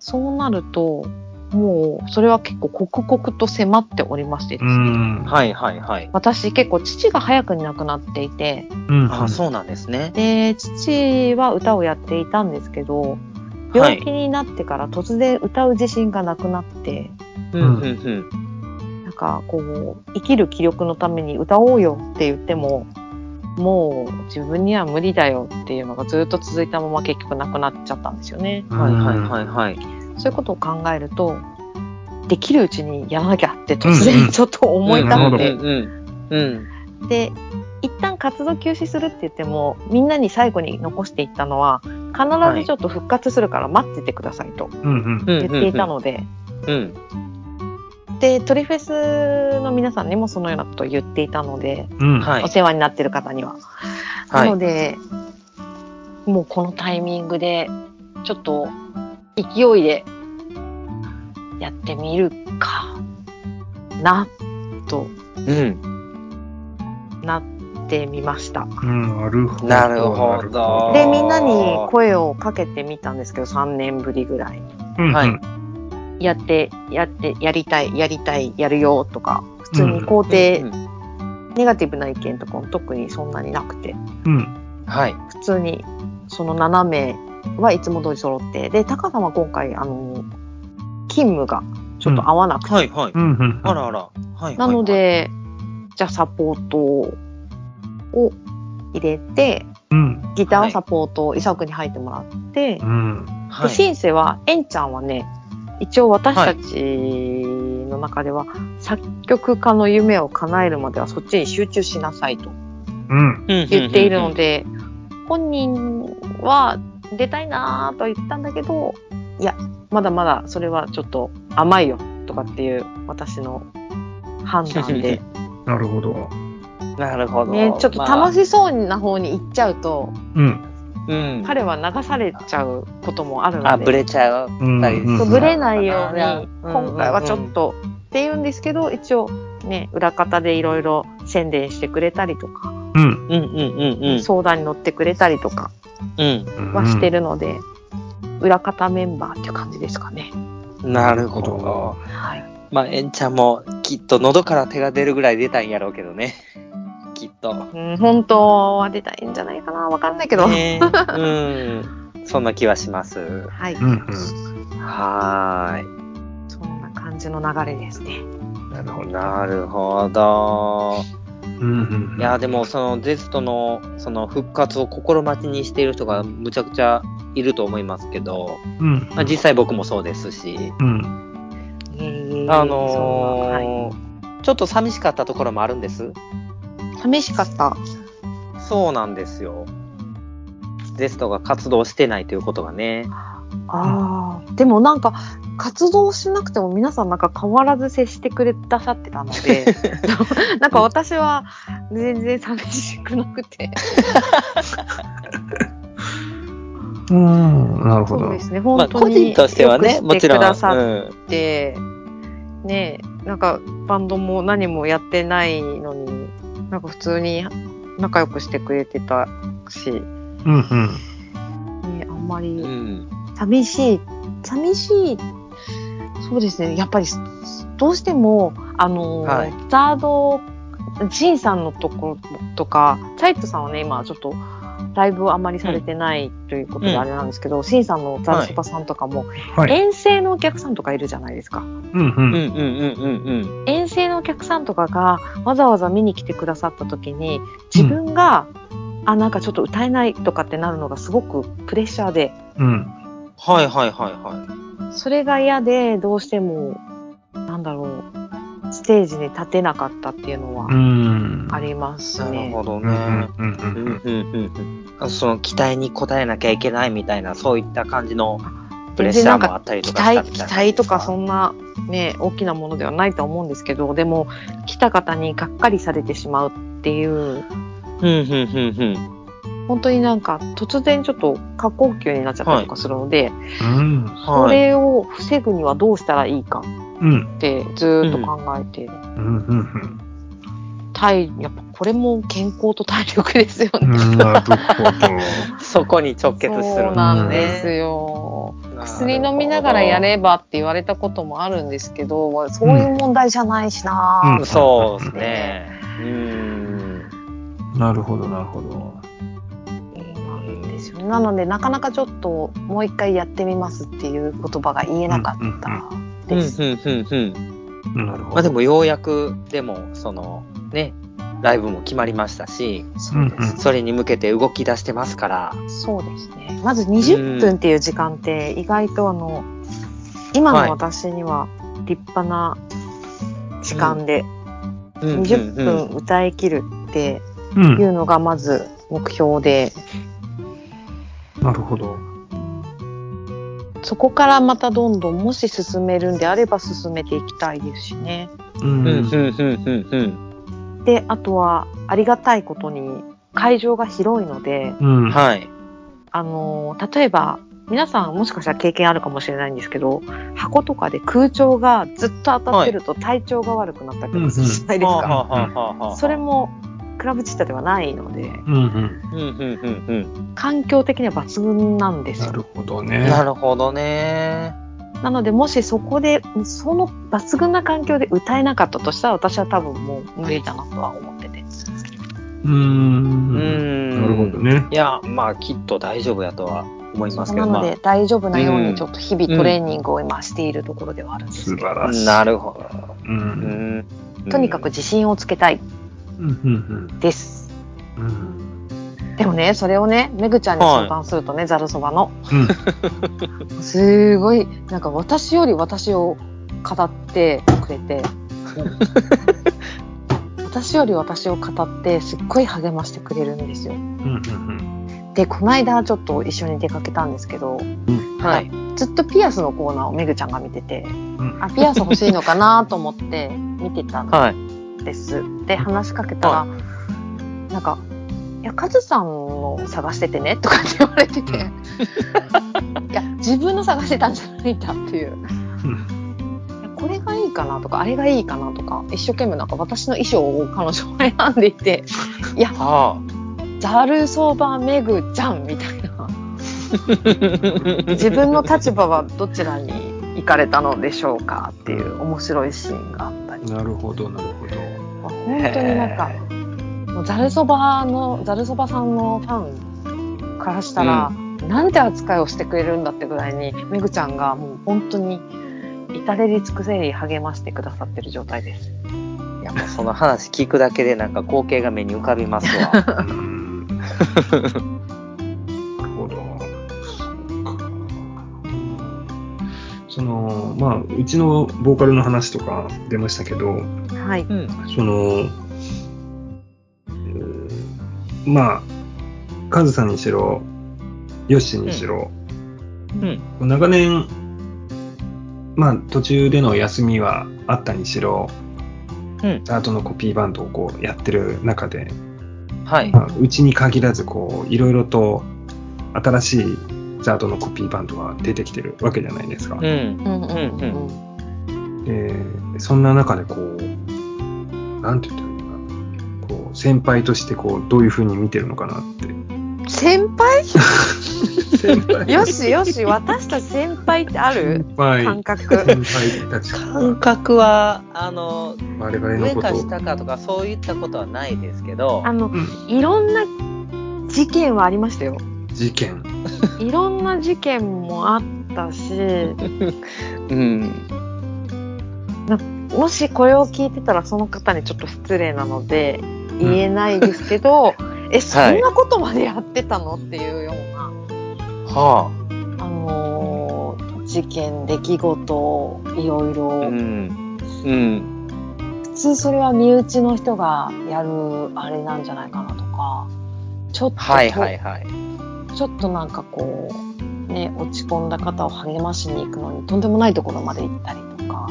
Speaker 3: そうなると、もうそれは結構刻々と迫っておりましてで
Speaker 2: う
Speaker 3: すね、
Speaker 2: ん。
Speaker 1: うん。はいはいはい。
Speaker 3: 私結構父が早くに亡くなっていて、
Speaker 2: うん。
Speaker 1: あ、そうなんですね。
Speaker 3: で、父は歌をやっていたんですけど、
Speaker 1: は
Speaker 3: 病気
Speaker 1: い。
Speaker 3: になってから突然歌う自信がなくなって、
Speaker 1: うんうんうん。
Speaker 3: なんかこう、生きる気力のために歌おうよって言っても、もう自分には無理だよっていうのがずっと続いたまま結局なくなっちゃったんですよね。
Speaker 2: うん。
Speaker 1: はいはいはいはい。
Speaker 3: そういうことを考えると、できるうちにやらなきゃって突然ちょっと思い立
Speaker 2: なる
Speaker 3: っ
Speaker 2: ほ
Speaker 3: て、
Speaker 1: うんうんうん。
Speaker 3: で一旦活動休止するって言ってもみんなに最後に残していったのは必ずちょっと復活するから待っててくださいと
Speaker 2: うん
Speaker 1: うん
Speaker 3: 言っていたので、
Speaker 1: うん。
Speaker 3: でトリフェスの皆さんにもそのようなことを言っていたので、
Speaker 2: うん。うん。
Speaker 1: はい
Speaker 3: お世話になってる方には。
Speaker 1: は
Speaker 3: ないの。でもうこのタイミングでちょっと勢いでやってみるかなと
Speaker 1: うん。
Speaker 3: なってみました。
Speaker 2: うんなるほど。
Speaker 1: なるほど
Speaker 3: でみんなに声をかけてみたんですけど3年ぶりぐらい
Speaker 2: うん
Speaker 1: はい
Speaker 2: うん
Speaker 3: やってやってやりたいやりたいやるよとか普通に肯定、
Speaker 1: うん
Speaker 3: ネガティブな意見とかも特にそんなになくて
Speaker 2: うん。
Speaker 1: はい。
Speaker 3: 普通にその7名はいつも通り揃ってでタカさんは今回あの勤務がちょっと合わなくて、
Speaker 1: はいはい
Speaker 2: うん。うん。
Speaker 1: あらあら。はい。
Speaker 3: なの、で、じゃあサポートを入れて
Speaker 2: うん。
Speaker 3: ギターはサポートを伊沢くんに入ってもらって、
Speaker 2: うん。
Speaker 1: はい
Speaker 3: で、シンセは、エンちゃんはね、一応私たちの中では、作曲家の夢を叶えるまではそっちに集中しなさいと
Speaker 2: うん。
Speaker 3: 言っているの。で、本人は出たいなぁとは言ったんだけど、いや、まだまだそれはちょっと甘いよとかっていう私の判
Speaker 1: *laughs*
Speaker 3: 断で、
Speaker 2: なるほど。
Speaker 1: なるほど。
Speaker 3: ね、ちょっと楽しそうな方に行っちゃうと、
Speaker 2: うん。
Speaker 1: うん。
Speaker 3: 彼は流されちゃうこともあるので。
Speaker 1: あ、ブレちゃう。
Speaker 2: うん。
Speaker 1: はい
Speaker 2: うん
Speaker 3: そううんぶれないように
Speaker 1: うん
Speaker 3: 今回はちょっとっていうんですけど一応ね裏方でいろいろ宣伝してくれたりとか、
Speaker 2: うん。
Speaker 1: うんうんうんうん。
Speaker 3: 相談に乗ってくれたりとか
Speaker 1: うん。
Speaker 2: うん
Speaker 3: はして。るので、裏方メンバーっていう感じですかね。
Speaker 1: なるほ
Speaker 2: なるほど
Speaker 1: ど。
Speaker 3: はい、
Speaker 1: まあ、エンちゃんもきっと喉から手が出るぐらい出たんやろうけどね。きっと。
Speaker 3: うん本当は出たいんじゃないかなわかんないけど、
Speaker 1: ね、うん。そんな気はします。
Speaker 3: はい、
Speaker 2: うん。うん。
Speaker 1: はーい。
Speaker 3: そんな感じの流れですね。
Speaker 2: なるほど。
Speaker 1: なるほど。
Speaker 2: うんうんうん。
Speaker 1: いや、でも、その、ゼストの、その、復活を心待ちにしている人が、むちゃくちゃいると思いますけど、
Speaker 2: うん。
Speaker 1: まあ、実際僕もそうですし、
Speaker 2: うん。
Speaker 3: いえいえいえ
Speaker 1: あ
Speaker 3: そんなはい
Speaker 1: のーちょっと寂しかったところもあるんです。
Speaker 3: 寂しかった。
Speaker 1: そうなんですよ。ゼストが活動してないということがね。
Speaker 3: ああ、でもなんか活動しなくても皆さんなんか変わらず接してくれださってたの
Speaker 1: *laughs*
Speaker 3: でそうなんか私は全然寂しくなくて
Speaker 2: うん。なるほ
Speaker 3: そう
Speaker 2: ど
Speaker 3: で。すね
Speaker 1: ま
Speaker 3: 本
Speaker 1: あ、
Speaker 3: 当
Speaker 1: 個人
Speaker 3: に
Speaker 1: としては
Speaker 3: よく
Speaker 1: ね、もちろん。
Speaker 3: くださっ
Speaker 1: うん
Speaker 3: て、ねなんかバンドも何もやってないのになんか普通に仲良くしてくれてたし、ね、
Speaker 2: うん。うん。
Speaker 3: あんまり。
Speaker 1: うん。
Speaker 3: 寂しい寂しいそうですねやっぱりすどうしてもあの、
Speaker 1: はい
Speaker 3: ザードジンさんのところとかチャイトさんはね今ちょっとライブをあまりされてないということ
Speaker 1: う
Speaker 3: で
Speaker 1: ん
Speaker 3: あれなんですけど、シンさんのザードソパさんとかも、
Speaker 2: はい。
Speaker 3: 遠征のお客さんとかいるじゃないですか
Speaker 2: うん。う。
Speaker 1: うんうんんうんうん
Speaker 3: 遠征のお客さんとかがわざわざ見に来てくださった時に自分が、あなんかちょっと歌えないとかってなるのがすごくプレッシャーで
Speaker 2: うん。
Speaker 1: うん。はいはいはいは
Speaker 3: それが嫌で、どうしても、なんだろう、ステージに立てなかったっていうの
Speaker 2: う
Speaker 3: は
Speaker 2: ん。
Speaker 3: あります
Speaker 1: い。なる
Speaker 3: ね。
Speaker 1: ほど
Speaker 2: うん。うん
Speaker 1: ね。。
Speaker 2: う
Speaker 1: う
Speaker 2: ん。うんん。
Speaker 1: うんうんうん。その期待に応えなきゃいけないみたいな、そういった感じのプレッシ
Speaker 3: 全然
Speaker 1: ャー
Speaker 3: なん
Speaker 1: も
Speaker 3: か
Speaker 1: あったりと
Speaker 3: 期
Speaker 1: かした
Speaker 3: 待、
Speaker 1: み
Speaker 3: 期
Speaker 1: たいな
Speaker 3: 待とかそんなね、大きなものではないとは思うんですけど、でも、来た方にがっかりされてしまうっていう、
Speaker 1: うんうんうんうん。
Speaker 3: 本当になんか突然ちょっと過呼吸になっちゃったりとかするので、
Speaker 2: うん。
Speaker 3: こ
Speaker 1: はい。
Speaker 3: れを防ぐにはどうしたらいいか
Speaker 2: うん。
Speaker 3: ってずーっと考えて、
Speaker 2: うん。うん。
Speaker 3: 体、やっぱこれも健康と体力ですよね。
Speaker 2: なるほど。
Speaker 1: そこに直結する
Speaker 3: そう
Speaker 1: の
Speaker 3: なん
Speaker 1: ね
Speaker 3: ですよ。
Speaker 1: なるほど
Speaker 3: 薬飲みながらやればって言われたこともあるんですけど、まあそういう問題じゃないしな、
Speaker 1: そうですね。うん。
Speaker 2: なるほど、なるほど。
Speaker 3: なんですよねなのでなかなかちょっともう一回やってみますっていう言葉が言えなかった
Speaker 1: うんう
Speaker 3: で
Speaker 1: ん
Speaker 3: す。
Speaker 1: うんうん。
Speaker 2: なるほど。
Speaker 1: まあでもようやく、でも、その、ね、ライブも決まりましたし、
Speaker 3: そうです
Speaker 1: それに向けて動き出してますから。
Speaker 3: そうですね。まず20分っていう時間って意外とあの今の私には立派な時間で20分歌い切るって
Speaker 2: うん
Speaker 3: いうのがまず目標で。
Speaker 2: なるほど。
Speaker 3: そこからまたどんどんもし進めるんであれば進めていきたいですしね。
Speaker 2: うん
Speaker 1: うん、うん、うん、うん、
Speaker 3: であとはありがたいことに会場が広いので、
Speaker 2: うん
Speaker 1: うん。はい。
Speaker 3: あのー例えば皆さんもしかしたら経験あるかもしれないんですけど箱とかで空調がずっと当たってると体調が悪くなったりとかするじゃないです
Speaker 1: はあ
Speaker 3: か。
Speaker 1: はあはあはあ
Speaker 3: それもクラブチッタではないので
Speaker 2: うん
Speaker 1: うん、うん、うん、
Speaker 3: 環境的には抜群なんで
Speaker 2: うん、
Speaker 3: す
Speaker 2: な
Speaker 3: よ
Speaker 2: るほど
Speaker 1: うん。
Speaker 2: ね。
Speaker 1: なるほどね。
Speaker 3: なのでもしそこでその抜群な環境で歌えなかったとしたら私は多分もう無理だなとは思ってて
Speaker 2: うー。
Speaker 1: うんん。
Speaker 2: なるほど。ね。
Speaker 1: いや、まあ、きっと大丈夫やとは思いますけ
Speaker 3: な
Speaker 1: ど、ま
Speaker 3: の
Speaker 1: あ
Speaker 3: で大丈夫なよう
Speaker 1: うん
Speaker 3: にちょっと日々トレーニングを今しているところではあるんです
Speaker 2: 素
Speaker 3: けど、
Speaker 2: 晴らしい。
Speaker 1: なるほど。
Speaker 2: う。
Speaker 1: うんん。
Speaker 3: とにかく自信をつけたい
Speaker 2: うんうん
Speaker 3: です
Speaker 2: うん。うん。
Speaker 3: でもねそれをねめぐちゃんに相談するとね、ざるそばの
Speaker 2: うん。
Speaker 3: *laughs* すごいなんか私より私を語ってく
Speaker 2: *laughs*
Speaker 3: れて私より私を語ってすっごい励ましてくれるんですよ
Speaker 2: うんうん
Speaker 3: でこの間ちょっと一緒に出かけたんですけ
Speaker 1: う
Speaker 3: ど
Speaker 1: ん。はい。
Speaker 3: ずっとピアスのコーナーをめぐちゃんが見てて
Speaker 2: うん
Speaker 3: あピアス欲しいのかなと思って見てたん
Speaker 1: はい。
Speaker 3: ですで話しかけたら、
Speaker 1: は
Speaker 3: なんか「いやカズさんの探しててね」とかって言われてて
Speaker 2: う
Speaker 3: 「*laughs* いや自分の探してたんじゃないんだ」っていう。
Speaker 2: うん
Speaker 3: いやこれがいいかなとかあれがいいかなとか一生懸命なんか私の衣装を彼女は選んでいて
Speaker 1: はあ。
Speaker 3: 「ザルソバメグちゃん」みたいな *laughs* 自分の立場はどちらに行かれたのでしょうかっていう面白いシーンがあったり、
Speaker 2: なるほど、なるほど。
Speaker 3: まあ本当になんかもうザルそばのザルそばさんのファンからしたら、
Speaker 1: う
Speaker 3: なんて扱いをしてくれるんだってぐらいにめぐちゃんがもう本当に至れり尽くせり励ましてくださってる状態です。
Speaker 1: いやもうその話聞くだけでなんか光景が目に浮かびます
Speaker 3: *laughs*
Speaker 1: わ。
Speaker 2: うん。なるほど。そうかうんその、まあ、うちのボーカルの話とか出ましたけど、
Speaker 3: はい、
Speaker 1: うん。
Speaker 2: その、うーまあ、カズさんにしろ、ヨッシーにしろ、
Speaker 1: うん。
Speaker 2: 長年、まあ、途中での休みはあったにしろ、
Speaker 1: うん。
Speaker 2: アートのコピーバンドをこうやってる中で、
Speaker 1: はい。
Speaker 2: まあ、うちに限らず、こう、いろいろと新しいザードのコピーバンドが出てきてるわけじゃないですか。
Speaker 1: うん。
Speaker 3: うんうん
Speaker 1: うんうん
Speaker 2: でそんな中でこう、なんて言ったらいいのかな、こう先輩としてこうどういうふうに見てるのかなっ
Speaker 3: うん、先輩
Speaker 2: て。先輩
Speaker 3: よしよし私たち先輩ってある
Speaker 2: 先輩
Speaker 3: 感 *laughs* 覚
Speaker 2: 先輩たち
Speaker 1: 感覚はあの
Speaker 2: 我々の
Speaker 1: 上
Speaker 2: こ
Speaker 1: か
Speaker 2: とを。
Speaker 1: 下かとかそういったことはないですけど
Speaker 3: あ。の
Speaker 2: うん
Speaker 3: いろんな事件はありましたよ
Speaker 2: 事件。
Speaker 3: いろんな事件もあったし
Speaker 1: うん。
Speaker 3: もしこれを聞いてたらその方にちょっと失礼なので言えないですけ
Speaker 1: *laughs*
Speaker 3: ど、えそんなことまでやってたのっていうような、
Speaker 1: は
Speaker 3: あのー事件出来事いろいろ、
Speaker 1: あ。うん。うん。
Speaker 3: 普通それは身内の人がやるあれなんじゃないかなとかちょっとと、
Speaker 1: はいはいはい。
Speaker 3: ちょっとなんかこうね落ち込んだ方を励ましに行くのにとんでもないところまで行ったりとか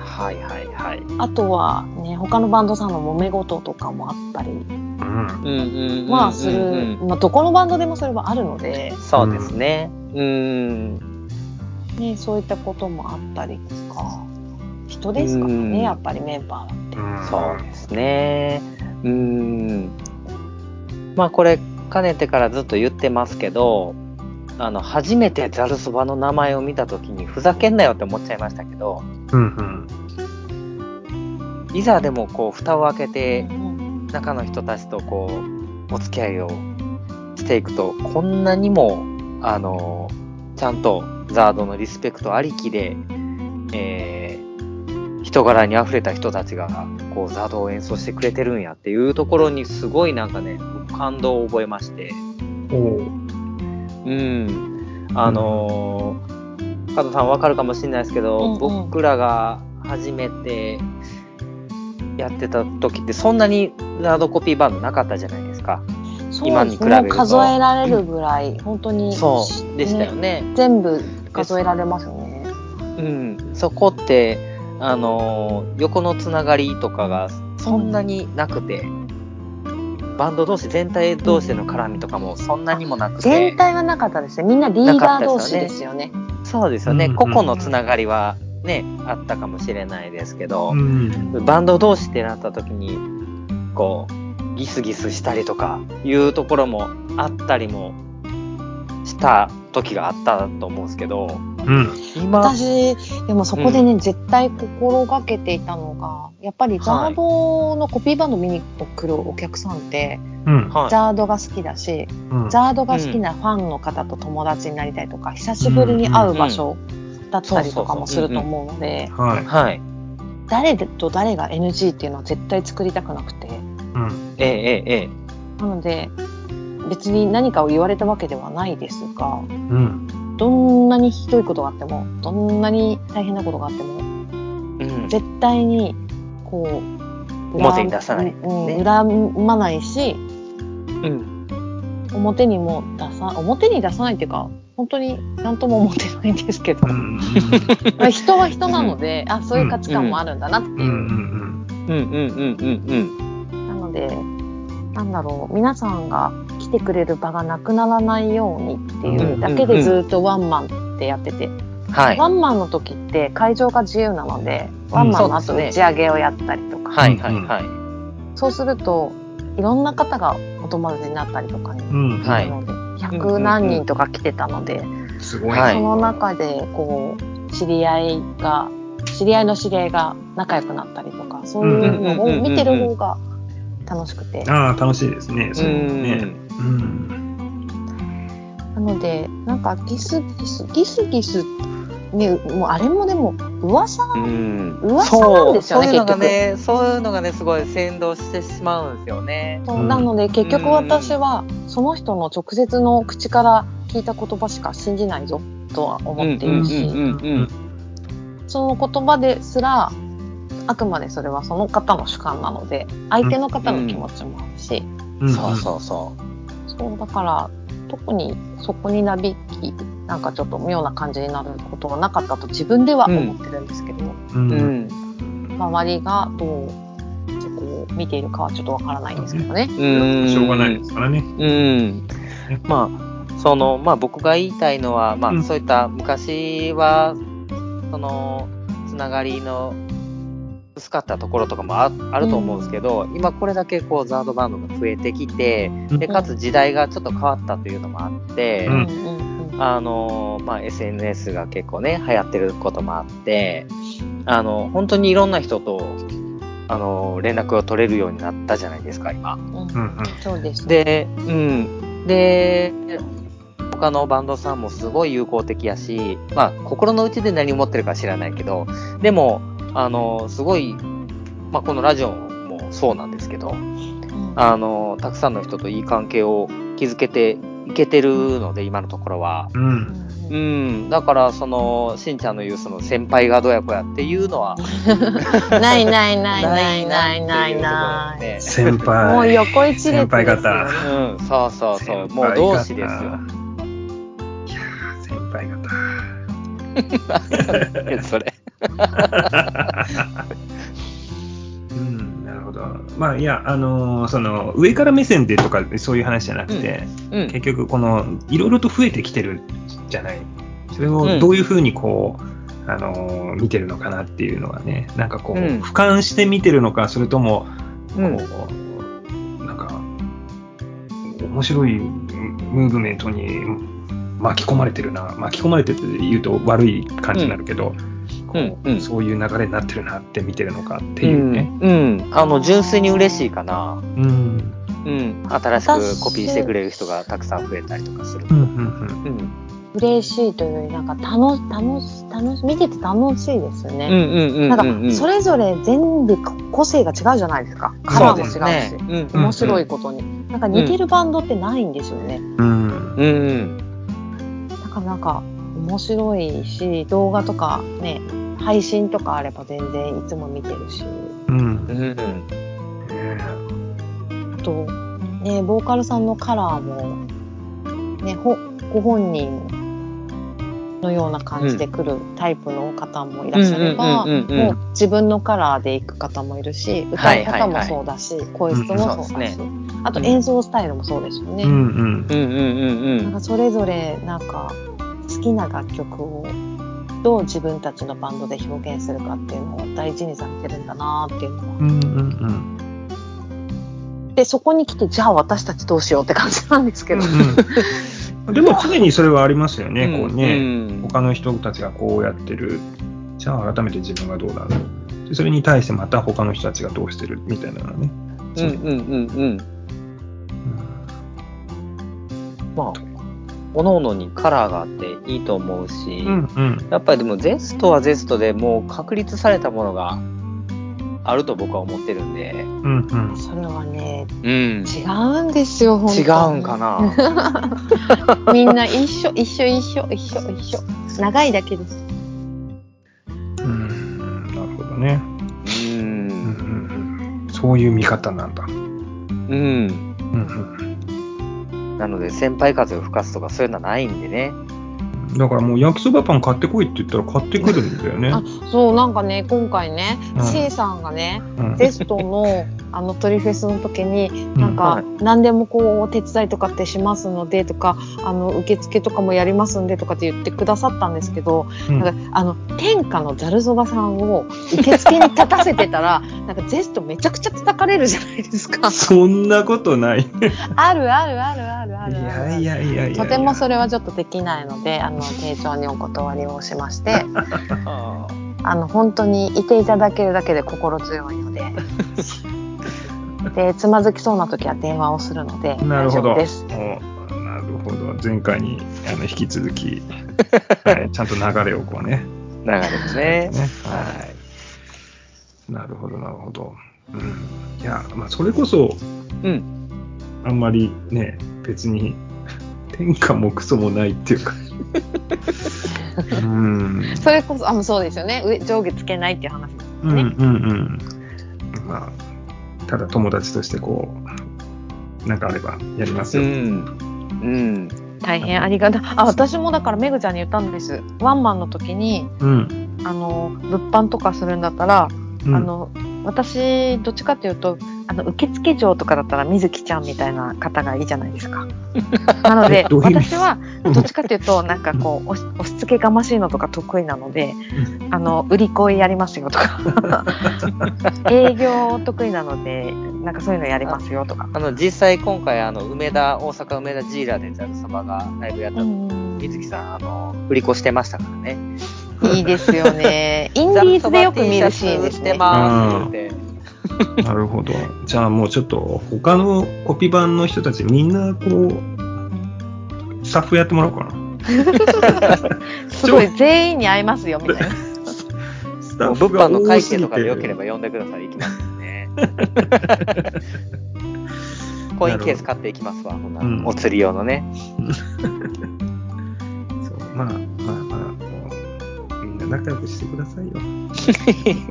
Speaker 1: はいはいはい。
Speaker 3: あとはね他のバンドさんの揉め事とかもあったり。
Speaker 2: うん。
Speaker 1: うんうん。
Speaker 3: まあする、
Speaker 1: うんうん
Speaker 3: まあ、どこのバンドでもそれはあるので、
Speaker 1: そうですね。うん。
Speaker 3: ね、そういったこともあったりとか人ですからね、
Speaker 1: うん
Speaker 3: やっぱりメンバーは
Speaker 2: うん
Speaker 1: そうですね。うん。まあこれかねてからずっと言ってますけど、あの初めてざるそばの名前を見た時にふざけんなよって思っちゃいましたけど、
Speaker 2: うんうん。
Speaker 1: いざでもこう蓋を開けて
Speaker 3: うん
Speaker 1: 中の人たちとこうお付き合いをしていくとこんなにもあのちゃんとザードのリスペクトありきで、えー人柄にあふれた人たちがこうザードを演奏してくれてるんやっていうところにすごいなんかね感動を覚えまして
Speaker 2: おお。
Speaker 1: うんあのー加藤さんわかるかもしれないですけど、
Speaker 3: うんうん
Speaker 1: 僕らが初めてやってた時ってそんなにザードコピーバンドなかったじゃないですか。
Speaker 3: そう
Speaker 1: 今
Speaker 3: で
Speaker 1: に
Speaker 3: す
Speaker 1: 比
Speaker 3: ね
Speaker 1: べると
Speaker 3: もう数えられるぐらい、本当に
Speaker 1: そうでしたよね。
Speaker 3: 全部数えられますね。
Speaker 1: うん、そこって、あのー横のつながりとかがそんなになくて、バンド同士、全体同士での絡みとかもそんなにもなくて、
Speaker 3: 全体はなかったですね。みんなリーダー同士ですよね。
Speaker 1: そうですよね、
Speaker 2: うんうん
Speaker 1: 個々のつながりはね、あったかもしれないですけど、
Speaker 2: うん。
Speaker 1: バンド同士ってなった時に、こう、ギスギスしたりとかいうところもあったりもした時があったと思うんですけど、
Speaker 2: うん。
Speaker 1: 今、
Speaker 3: 私、でもそこでね、絶対心がけていたのが、やっぱりザードのコピーバンド見に来るお客さんって、
Speaker 2: うん。
Speaker 1: は、
Speaker 3: ザードが好きだし、
Speaker 2: うん
Speaker 3: ザードが好きなファンの方と友達になりたいとか、久しぶりに会う場所だったりとかもすると思うので、
Speaker 2: はいい。
Speaker 1: はい、
Speaker 3: 誰と誰が NG っていうのは絶対作りたくなくて。
Speaker 2: うん。
Speaker 1: ええええええ
Speaker 3: なので、別に何かを言われたわけではないですが、
Speaker 2: うん。
Speaker 3: どんなにひどいことがあっても、どんなに大変なことがあっても、
Speaker 1: うん、
Speaker 3: 絶対に、こう、
Speaker 1: 表に出さない
Speaker 3: うん
Speaker 1: ね
Speaker 3: 恨まないし、
Speaker 1: うん、
Speaker 3: 表にも出さ、表に出さないっていうか、本当に何とも思ってないんですけど
Speaker 2: う、ん。
Speaker 3: まあ人は人なので、あ、そういう価値観もあるんだなっていう。
Speaker 2: うん。うん。
Speaker 1: うん、うん、うん、うん、
Speaker 3: なので、なんだろう、皆さんが来てくれる場がなくならないようにっていうだけでずっとワンマンってやってて、
Speaker 1: うん、はい、
Speaker 3: ワンマンの時って会場が自由なので、ワンマンの後
Speaker 1: そうですね
Speaker 3: 打ち上げをやったりとか、
Speaker 1: はい、はい、はい、
Speaker 3: そうすると、いろんな方がお友達になったりとかに
Speaker 2: うん。うん。
Speaker 1: はい
Speaker 3: なので、100何人とか来てたので、
Speaker 2: すごい。
Speaker 1: はい
Speaker 3: その中で、こう、知り合いが、知り合いの知り合いが仲良くなったりとか、そういうのを見てる方が楽しくて。
Speaker 2: ああ、楽しいですね。そううね。
Speaker 1: ん、
Speaker 2: うん。
Speaker 3: なので、なんかギスギス、ギスギス、ね、もうあれもでも、噂、
Speaker 1: うん、
Speaker 3: 噂なんですよね、
Speaker 1: そうそういうの
Speaker 3: 結
Speaker 1: が
Speaker 3: 局。
Speaker 1: ね、そういうのがね、すごい先導してしまうんですよね。
Speaker 3: そ
Speaker 2: う
Speaker 3: う
Speaker 2: ん
Speaker 3: なので結局私はその人の直接の口から聞いた言葉しか信じないぞとは思っている
Speaker 1: うん
Speaker 3: し
Speaker 1: うんうん
Speaker 3: その言葉ですらあくまでそれはその方の主観なので相手の方の気持ちもあるし、
Speaker 1: うんん、そうそうそう。
Speaker 3: そうだから特にそこになびきなんかちょっと妙な感じになることはなかったと自分では思ってるんですけど、
Speaker 1: う
Speaker 2: う。
Speaker 1: んん、
Speaker 3: 周りがどうそこを見ているかはちょっとわからないんですけどね。
Speaker 1: うん、
Speaker 2: しょうがないですからね。
Speaker 1: うん、まあそのまあ僕が言いたいのはま
Speaker 2: う
Speaker 1: あ
Speaker 2: ん
Speaker 1: そういった昔はそのつながりの薄かったところとかもああると思うんですけど、今これだけこうザードバンドが増えてきてでかつ時代がちょっと変わったというのもあって、
Speaker 2: うん
Speaker 3: うん
Speaker 1: あのまあ、SNS が結構ね流行ってることもあってあの本当にいろんな人とあの連絡を取れるようになったじゃないですか今。
Speaker 3: うん
Speaker 2: うん。うん。
Speaker 3: そうですね
Speaker 1: で、うん。で、他のバンドさんもすごい友好的やし、まあ、心の内で何を持ってるか知らないけど、でも、あの、すごい、まあ、このラジオもそうなんですけど、
Speaker 3: うん
Speaker 1: あの、たくさんの人といい関係を築けていけてるので、今のところは。
Speaker 2: うん。
Speaker 3: うん
Speaker 1: うん。だから、その、しんちゃんの言う、その、先輩がどうやこうやっていうのは、
Speaker 3: ないないないないないない
Speaker 1: な
Speaker 3: ないい。
Speaker 1: なっていうところですね
Speaker 2: 先輩。
Speaker 3: もう横一列ですよ、ね。
Speaker 2: 先輩方
Speaker 1: うん、そうそうそう。
Speaker 2: 先輩方
Speaker 1: もう同志ですよ。
Speaker 2: いやー先輩 *laughs* 方。
Speaker 1: *laughs* それ。
Speaker 2: うん、なるほど。まあ、いや、あのーその、上から目線でとか、そういう話じゃなくて、
Speaker 1: うん。
Speaker 2: 結局、この、いろいろと増えてきてるじゃない。それ
Speaker 1: うん
Speaker 2: をどういうふうにこう、あのー見てるのかなっていうのはね、なんかこう、
Speaker 1: うん
Speaker 2: 俯瞰して見てるのか、それとも、こう、
Speaker 1: うん
Speaker 2: なんか、面白いムーブメントに巻き込まれてるな、巻き込まれてるって言うと悪い感じになるけど、こう
Speaker 1: うんうん
Speaker 2: そういう流れになってるなって見てるのかっていうね。
Speaker 1: うん、うんあの純粋に嬉しいかな、
Speaker 2: うん、うん、
Speaker 1: うん、新しくコピーしてくれる人がたくさん増えたりとかする
Speaker 2: う、ん、
Speaker 1: うん、
Speaker 3: 嬉しいというより、なんか楽し、楽し、楽し、見てて楽しいですよ
Speaker 1: うんう
Speaker 3: ね。
Speaker 1: んうんうん
Speaker 3: なんか、それぞれ全部個性が違うじゃないですか。カ
Speaker 2: そ
Speaker 3: ラ
Speaker 2: う
Speaker 3: ー
Speaker 2: で
Speaker 3: も
Speaker 2: す
Speaker 3: 違うし。
Speaker 1: うん
Speaker 3: 面白いことに。なんか似てるバンドってないんですよね。
Speaker 1: う
Speaker 2: うん、
Speaker 1: んうん
Speaker 3: だからなんか、面白いし、動画とかね、配信とかあれば全然いつも見てるし。
Speaker 2: うん
Speaker 1: う。ん
Speaker 2: ね
Speaker 3: あと、ね、ボーカルさんのカラーも、ね、ほご本人のような感じで来るタイプの方もいらっしゃれば、
Speaker 1: うんうんうんうんうん
Speaker 3: もう自分のカラーで行く方もいるし、歌い方もそうだし、声質もそうだし、
Speaker 1: うんそうですね
Speaker 3: あと演奏スタイルもそうですよね。
Speaker 2: うんうん。
Speaker 1: うんうんう
Speaker 3: なん
Speaker 1: ん
Speaker 3: かそれぞれなんか好きな楽曲をどう自分たちのバンドで表現するかっていうのを大事にされてるんだなっていうのは。
Speaker 2: うんうん
Speaker 3: で、そこに来て、じゃあ私たちどうしようって感じなんですけど。
Speaker 2: うん。でも常にそれはありますよね、
Speaker 1: うん。
Speaker 2: こうね、
Speaker 1: うん
Speaker 2: 他の人たちがこうやってる。じゃあ改めて自分がどうだろう。でそれに対してまた他の人たちがどうしてるみたいなのね。
Speaker 1: うんうんうんうん。まあ、各々にカラーがあっていいと思うし、
Speaker 2: うんうん。
Speaker 1: やっぱりでもゼストはゼストでもう確立されたものがあると僕は思ってるんで、
Speaker 2: うんうん。
Speaker 3: それはね、
Speaker 1: うん、
Speaker 3: 違うんですよ、本当
Speaker 1: 違うんかな
Speaker 3: みんな一緒、一緒、一緒、一緒、一緒。長いだけです。
Speaker 2: うん。なるほどね。
Speaker 1: う
Speaker 2: うんうん
Speaker 1: ん
Speaker 2: うん。そういう見方なんだ。
Speaker 1: うん
Speaker 2: うん
Speaker 1: なので先輩風を吹かすとかそういうのはないんでね
Speaker 2: うん。だからもう焼きそばパン買ってこいって言ったら買ってくるんだよね。
Speaker 3: あそう、なんかね、今回ね、
Speaker 2: うん
Speaker 3: C さんがね、
Speaker 2: うん
Speaker 3: テストのあの鳥フェスの時に、なん
Speaker 1: は
Speaker 3: か
Speaker 1: い
Speaker 3: 何でもこうお手伝いとかってしますのでとかあの受付とかもやりますんでとかって言ってくださったんですけど、
Speaker 2: うん。
Speaker 3: なんかあの天下のざるそばさんを受付に立たせてた *laughs* らなんかゼストめちゃくちゃ叩かれるじゃないですか
Speaker 2: そんなことない。い
Speaker 3: *laughs* あるあるあるあるあるあるある。
Speaker 2: やいやいやいや。
Speaker 3: とてもそれはちょっとできないのであの丁重にお断りをしましてあの本当にいていただけるだけで心強い
Speaker 2: *laughs*
Speaker 3: のででつまずきそうな時は電話をするので
Speaker 2: な
Speaker 3: 大
Speaker 2: る
Speaker 3: 丈
Speaker 2: ほど。
Speaker 3: 夫
Speaker 2: お
Speaker 3: です。
Speaker 2: なるほど。前回にあの引き続
Speaker 3: *laughs*
Speaker 2: き、はい、ちゃんと流れをこうね。
Speaker 1: 流れですね
Speaker 2: ねはい。なるほど、なるほど。うん、いや、まあ、それこそ、
Speaker 1: うん
Speaker 2: あんまりね、別に、天下もクソもないって
Speaker 3: *laughs*
Speaker 2: いうか。うん。
Speaker 3: それこそあもうそうですよね上上下つけないっていう話です
Speaker 2: うん
Speaker 3: ね。
Speaker 2: うんうん。まあ、ただ友達としてこう、なんかあればやります
Speaker 1: う
Speaker 2: よ。
Speaker 1: んうん
Speaker 3: 大変ありがたいあ私もだからめぐちゃんに言ったんですワンマンの時に
Speaker 2: うん。
Speaker 3: あの物販とかするんだったら
Speaker 2: うん、
Speaker 3: あの私どっちかっていうとあの受付嬢とかだったら水木ちゃんみたいな方がいいじゃないですかなので
Speaker 2: え *laughs* どういう意味
Speaker 3: 私はどっちかっていうとなんかこう押し押し付けがましいのとか得意なのであの売り声やりますよと
Speaker 2: *laughs*
Speaker 3: か営業得意なのでなんかそういうのやりますよとか。
Speaker 1: あの実際今回あの梅田大阪梅田ジーラでザルそばがライブやった時水木さんあの振り子してましたからね
Speaker 3: いいですよね。 *laughs* インディーズでよく見るシーンです
Speaker 1: ザルそば T シャツ売って
Speaker 3: ね。
Speaker 1: ますって
Speaker 2: なるほど。じゃあもうちょっと他のコピー版の人たちみんなこう、スタッフやってもらおうかな。
Speaker 3: すごい全員に会えますよみたいな。 *laughs*
Speaker 2: スタ
Speaker 1: も
Speaker 2: ッ
Speaker 1: う物
Speaker 2: フ
Speaker 1: 販
Speaker 2: が
Speaker 1: の
Speaker 2: 多
Speaker 1: 会
Speaker 2: す
Speaker 1: 計
Speaker 2: ぎ
Speaker 1: と
Speaker 2: て
Speaker 1: かでよければ呼んでください行きますんでねコインケース買っていきますわこんな
Speaker 2: うん
Speaker 1: お釣り用のね
Speaker 2: そうまあまあまあ、もうみんな仲良くしてくだ
Speaker 1: *laughs*
Speaker 2: さいよ。そ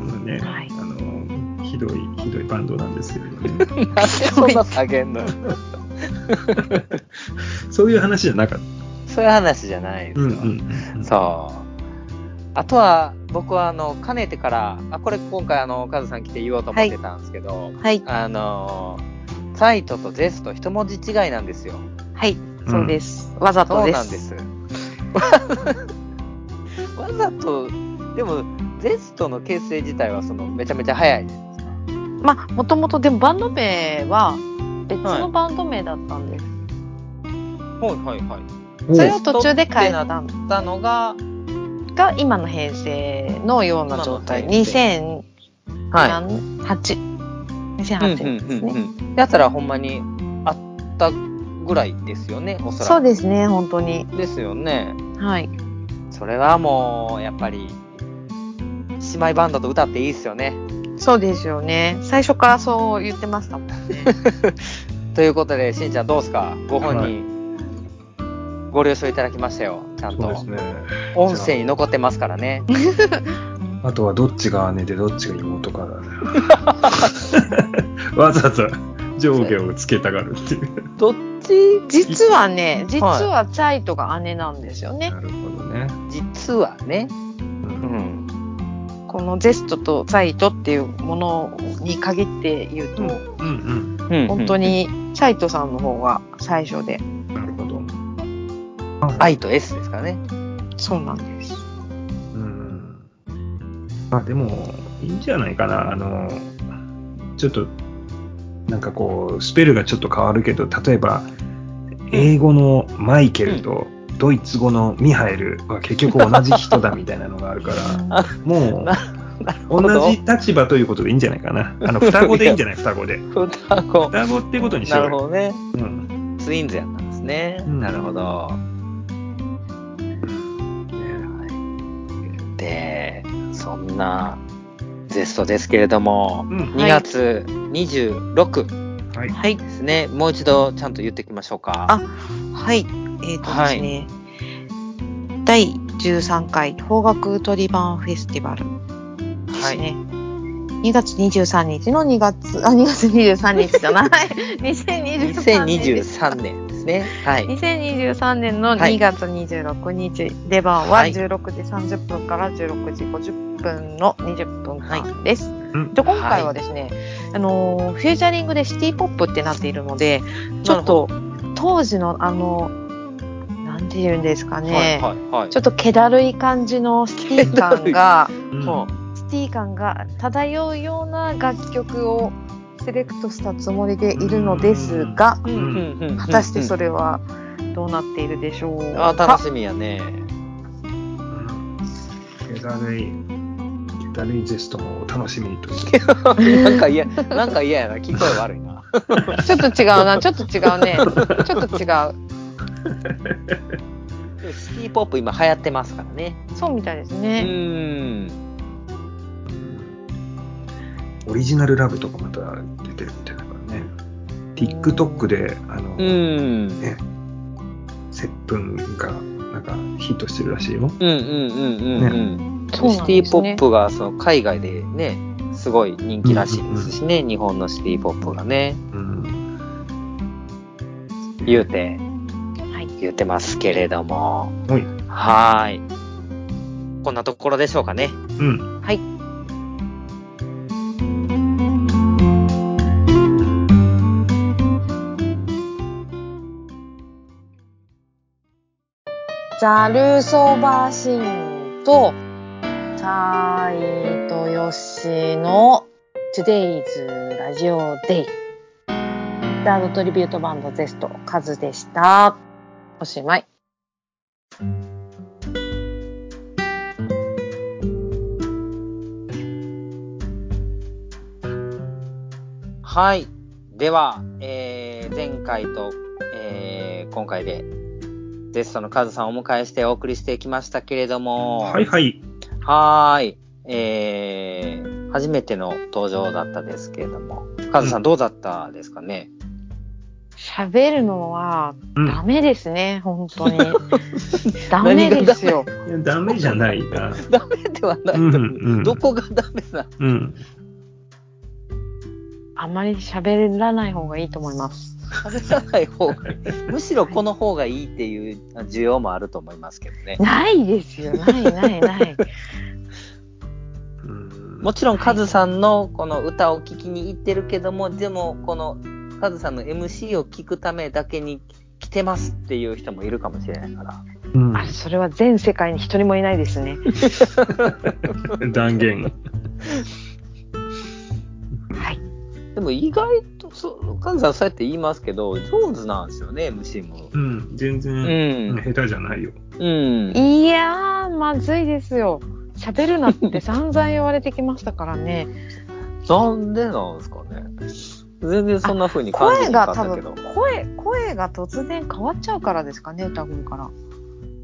Speaker 2: んなね、
Speaker 3: はい
Speaker 2: あの、ひどい、ひどいバンドなんですけれどね。
Speaker 1: なんでそんな下げんの
Speaker 2: そういう話じゃなかった。
Speaker 1: そういう話じゃないです
Speaker 2: う
Speaker 1: よ、
Speaker 2: んうん。
Speaker 1: そうあとは僕はあのかねてからあこれ今回あのカズさん来て言おうと思ってたんですけど、
Speaker 3: はい
Speaker 1: あのサイトとゼスト一文字違いなんですよ
Speaker 3: はいそうです。わざと
Speaker 1: そう
Speaker 3: で
Speaker 1: なん
Speaker 3: す。
Speaker 1: です。わざと、でも、ゼストの結成自体はそのめちゃめちゃ早いです。
Speaker 3: まあもともとでもバンド名は別のバンド名だったんです、
Speaker 1: はいはいはい。
Speaker 2: うん。
Speaker 3: それを途中で変えたの
Speaker 1: たのが、
Speaker 3: が今の平成のような状態
Speaker 1: 今の平
Speaker 3: 2008、
Speaker 1: は
Speaker 3: 2008
Speaker 1: うんうん
Speaker 3: 年です
Speaker 1: うんう
Speaker 3: ね
Speaker 1: ん。やったらほんまにあったぐらいですよね、おそらく。
Speaker 3: そうですね本当に
Speaker 1: ですよね。
Speaker 3: はい
Speaker 1: それはもう、やっぱり、姉妹バンドと歌っていいですよね。
Speaker 3: そうですよね最初からそう言ってましたもんね
Speaker 1: ということで、しんちゃんどうですかご本人、ご了承いただきましたよ、ちゃん
Speaker 2: そうで
Speaker 1: と
Speaker 2: す。ね。
Speaker 1: 音声に残ってますからね。
Speaker 2: あとはどっちが姉でどっちが
Speaker 1: *laughs*
Speaker 2: 妹かだね。 *laughs* わざわざ上下をつけたがるっていう。
Speaker 1: どっち
Speaker 3: 実はね実はチャイトが姉なんですよね、
Speaker 2: なるほどね。
Speaker 1: 実実はね、うん、
Speaker 3: このゼストとザイトっていうものに限って言うと、
Speaker 2: うん
Speaker 3: 本当にチャイトさんの方が最初で、
Speaker 2: うん。なるほど。
Speaker 1: I と S ですからね。
Speaker 3: そうなんです。
Speaker 2: うん。まあでも、いいんじゃないかな。あの、ちょっと、なんかこう、スペルがちょっと変わるけど、例えば、英語のマイケルと、ドイツ語のミハエルは結局同じ人だみたいなのがあ
Speaker 1: *laughs*
Speaker 2: るから、もう
Speaker 1: な、なるほど
Speaker 2: 同じ立場ということでいいんじゃないかな。あの、双子でいいんじゃない双子で。
Speaker 1: 双子。
Speaker 2: 双子ってことにし
Speaker 1: な
Speaker 2: よう
Speaker 1: るほ
Speaker 2: よ。
Speaker 1: どね。
Speaker 2: うん。
Speaker 1: ツインズやったんですね。
Speaker 2: うん
Speaker 1: なるほど。で、そんなゼストですけれども、
Speaker 2: うん。
Speaker 3: は
Speaker 1: 2
Speaker 3: い
Speaker 1: 月26
Speaker 2: はい。
Speaker 3: はい。
Speaker 1: ですね、もう一度ちゃんと言っていきましょうか。
Speaker 3: あはい。えっ、とですね、第13回邦楽トリバンフェスティバルですね。2月23日の2月、あ、2月23日じゃない。2023
Speaker 1: 2023年
Speaker 3: 年。
Speaker 1: ですね。はい。
Speaker 3: 2023年の
Speaker 1: はい
Speaker 3: 2月26日、出番は
Speaker 1: はい
Speaker 3: 16時30分から16時50分の20分間です。
Speaker 2: うん
Speaker 3: で今回はですね、あのーフューチャリングでシティポップってなっているのでちょっと当時のあのなんて言うんですかね、
Speaker 1: はいはいはい。
Speaker 3: ちょっと気だるい感じのシティ感が
Speaker 2: うん
Speaker 1: も
Speaker 3: シティ感が漂うような楽曲をセレクトしたつもりでいるのですが
Speaker 1: う、
Speaker 2: ん
Speaker 3: 果たしてそ
Speaker 1: れ。
Speaker 3: れはどうなっているでしょう
Speaker 1: あ、
Speaker 3: か。
Speaker 1: 楽しみやね。
Speaker 2: うん気だるい、気だるいゼストもお楽しみにということで。
Speaker 1: なんか嫌、なんか嫌やな。聞こえ悪い
Speaker 3: *laughs*
Speaker 1: な。
Speaker 3: ちょっと違うな、ちょっと違うね。ちょっと違う。
Speaker 1: シティポップ今流行ってますからね。
Speaker 3: そうみたいです
Speaker 1: う
Speaker 3: ね。
Speaker 1: ーん。
Speaker 2: オリジナルラブとかまた出てるみたいだからね。TikTok で、あの、
Speaker 1: うーん。
Speaker 2: ね、接吻がなんかヒットしてるらしいよ。
Speaker 1: うんうんうんうんうん、
Speaker 3: そう
Speaker 1: シ
Speaker 3: なん
Speaker 1: テ
Speaker 3: で
Speaker 1: ィ
Speaker 3: す
Speaker 1: ポ
Speaker 3: ね
Speaker 1: ップがその海外でねすごい人気らしいですしね、日本のシティポップがね
Speaker 2: うん。
Speaker 1: 言うて
Speaker 3: はい。
Speaker 1: 言うてますけれども
Speaker 2: はい。
Speaker 1: はーいこんなところでしょうかね
Speaker 2: うん。
Speaker 3: はい。ザルソバシンと、サイトヨシの Today's ラジオデイ。ダードトリビュートバンドゼスト、カズでした。おしまい。
Speaker 1: はいでは、えー前回と、えー今回でゼストのカズさんをお迎えしてお送りしてきましたけれども
Speaker 2: はいはい。
Speaker 1: はーい。えー、初めての登場だったですけれども、カズさ
Speaker 2: うん
Speaker 1: んどうだったですかね、
Speaker 3: 喋るのは
Speaker 2: うん。い
Speaker 3: ダメですね、本当 *laughs* に。ダメですよ。
Speaker 2: やダメじゃないな。
Speaker 1: ダメではない、
Speaker 2: うんう
Speaker 1: *laughs*
Speaker 2: ん
Speaker 1: どこがダメな
Speaker 2: うん。
Speaker 3: あまり喋らない方がいいと思います。
Speaker 1: 喋らない方がいい。むしろこの方がいいっていう需要もあると思いますけどね。
Speaker 3: ないですよ、ないないな
Speaker 2: う
Speaker 3: い。
Speaker 2: ん
Speaker 1: もちろんカズさんのこの歌を聴きに行ってるけども、でもこのカズさんの MC を聞くためだけに来てますっていう人もいるかもしれないから。
Speaker 2: うん
Speaker 3: あそれは全世界に一人もいないですね。
Speaker 1: *laughs*
Speaker 2: 断言。
Speaker 3: はい。
Speaker 1: でも意外とそう、カズさんそうやって言いますけど、上手なんですよね、MC も。
Speaker 2: うん。全
Speaker 1: うん。
Speaker 2: 然、下手じゃないよ。
Speaker 1: うん。
Speaker 3: いやー、まずいですよ。喋るなって散々言われてきましたからね。
Speaker 1: なんでなんですかね。全然そんな風に感じ
Speaker 3: 声
Speaker 1: な
Speaker 3: が
Speaker 1: か
Speaker 3: 多
Speaker 1: ったけど
Speaker 3: 分。、声、声が突然変わっちゃうからですかね、歌声から。
Speaker 1: あ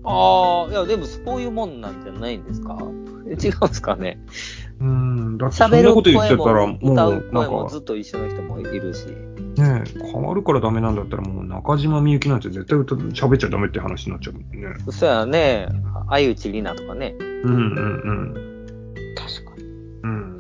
Speaker 1: あ、いや、でもそういうもんなんじゃないんですかえ違うんですかね。
Speaker 2: うん。だってそん
Speaker 1: 喋
Speaker 2: な
Speaker 1: る
Speaker 2: こと言っ
Speaker 1: 声
Speaker 2: てたら、
Speaker 1: も
Speaker 2: も、う、
Speaker 1: 歌う
Speaker 2: な
Speaker 1: 声もずっ
Speaker 2: ん
Speaker 1: と一緒の人もいるし。
Speaker 2: か、ねえ変わるからダメなんだったら、もう中島みゆきなんて絶対歌喋っちゃダメって話になっちゃうもんね。
Speaker 1: そうやね。相内里奈とかね。
Speaker 2: うんうん
Speaker 3: 確かに。
Speaker 2: うん。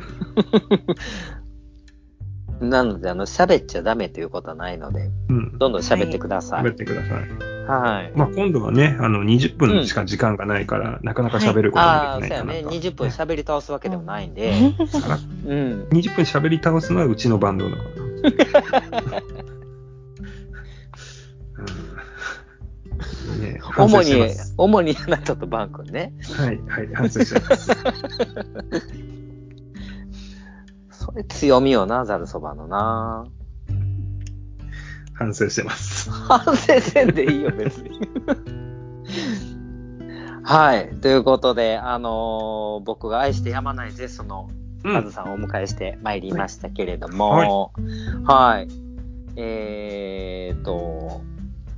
Speaker 1: なので、あの、喋っちゃダメということはないので、
Speaker 2: うん。うん。
Speaker 1: どんどん喋ってください。
Speaker 2: 喋ってください。
Speaker 1: はい。
Speaker 2: まあ、今度はね、あの、20分しか時間がないから、なかなか喋ること
Speaker 1: あ
Speaker 2: が
Speaker 1: あ、
Speaker 2: で
Speaker 1: そう
Speaker 2: きない
Speaker 1: や
Speaker 2: かな
Speaker 1: ね。
Speaker 2: と。
Speaker 1: 20分喋り倒すわけでもないんで。
Speaker 2: さらっと
Speaker 1: うん。
Speaker 2: 20分喋り倒すのはうちのバンドだから。うんね、反省
Speaker 1: 主
Speaker 2: してま
Speaker 1: に
Speaker 2: す、
Speaker 1: 主にあなたとバン君ね。
Speaker 2: はい、はい、反省してます。
Speaker 1: それ強みよな、ざるそばのな。
Speaker 2: 反省してます。
Speaker 1: 反省せんで
Speaker 2: *laughs*
Speaker 1: いいよ、別に。はい。ということで、あのー僕が愛してやまないゼストの
Speaker 2: うん
Speaker 1: カズさんをお迎えしてまいりましたけれども、はい。えーっと、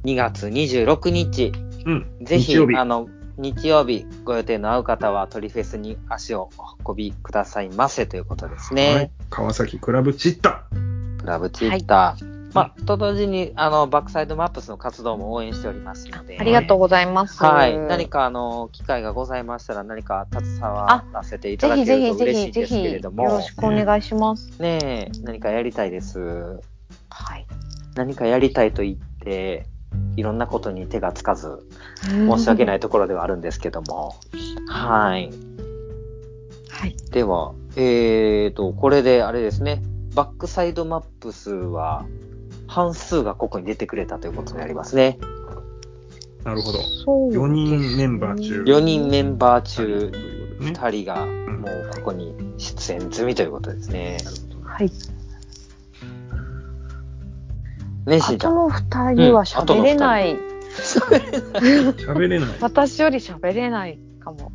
Speaker 1: 2月26日、
Speaker 2: うん、
Speaker 1: ぜひ
Speaker 2: 日曜、日
Speaker 1: あの、日曜日、ご予定の合う方は、鳥フェスに足をお運びくださいませということですね。
Speaker 2: はい、川崎クラブチッタ。
Speaker 1: クラブツイッター。まあ、と同時に、あの、バックサイドマップスの活動も応援しておりますので。
Speaker 3: ありがとうございます。
Speaker 1: はい。何か、あの、機会がございましたら、何か携わらせていただ
Speaker 3: ぜ
Speaker 1: け
Speaker 3: ひぜ
Speaker 1: る
Speaker 3: ひ
Speaker 1: と嬉し
Speaker 3: ぜ
Speaker 1: いん
Speaker 3: ひ
Speaker 1: で
Speaker 3: ぜ
Speaker 1: すけ
Speaker 3: ひ
Speaker 1: れ
Speaker 3: よ
Speaker 1: ど
Speaker 3: ろ
Speaker 1: も
Speaker 3: し、くお願いします。
Speaker 1: ねえ、何かやりたいです。
Speaker 3: はい。
Speaker 1: 何かやりたいと言って、いろんなことに手がつかず、申し訳
Speaker 3: い。
Speaker 1: ないところではあるんですけども。はい。
Speaker 3: はい。
Speaker 1: では、えーと、これであれですね、バックサイドマップスは、半数がここに出てくれたということになりますね。
Speaker 2: なるほど。
Speaker 3: そう
Speaker 2: 4人メンバー中。
Speaker 1: 4人メンバー
Speaker 2: とい
Speaker 1: 中
Speaker 2: うことでね。
Speaker 1: 2人がもうここに出演済みということですね。
Speaker 3: はい。
Speaker 1: ね、し
Speaker 3: あ
Speaker 1: んちゃん。
Speaker 3: と二人は喋れない、
Speaker 2: 喋れない。
Speaker 3: 私より喋れないかも。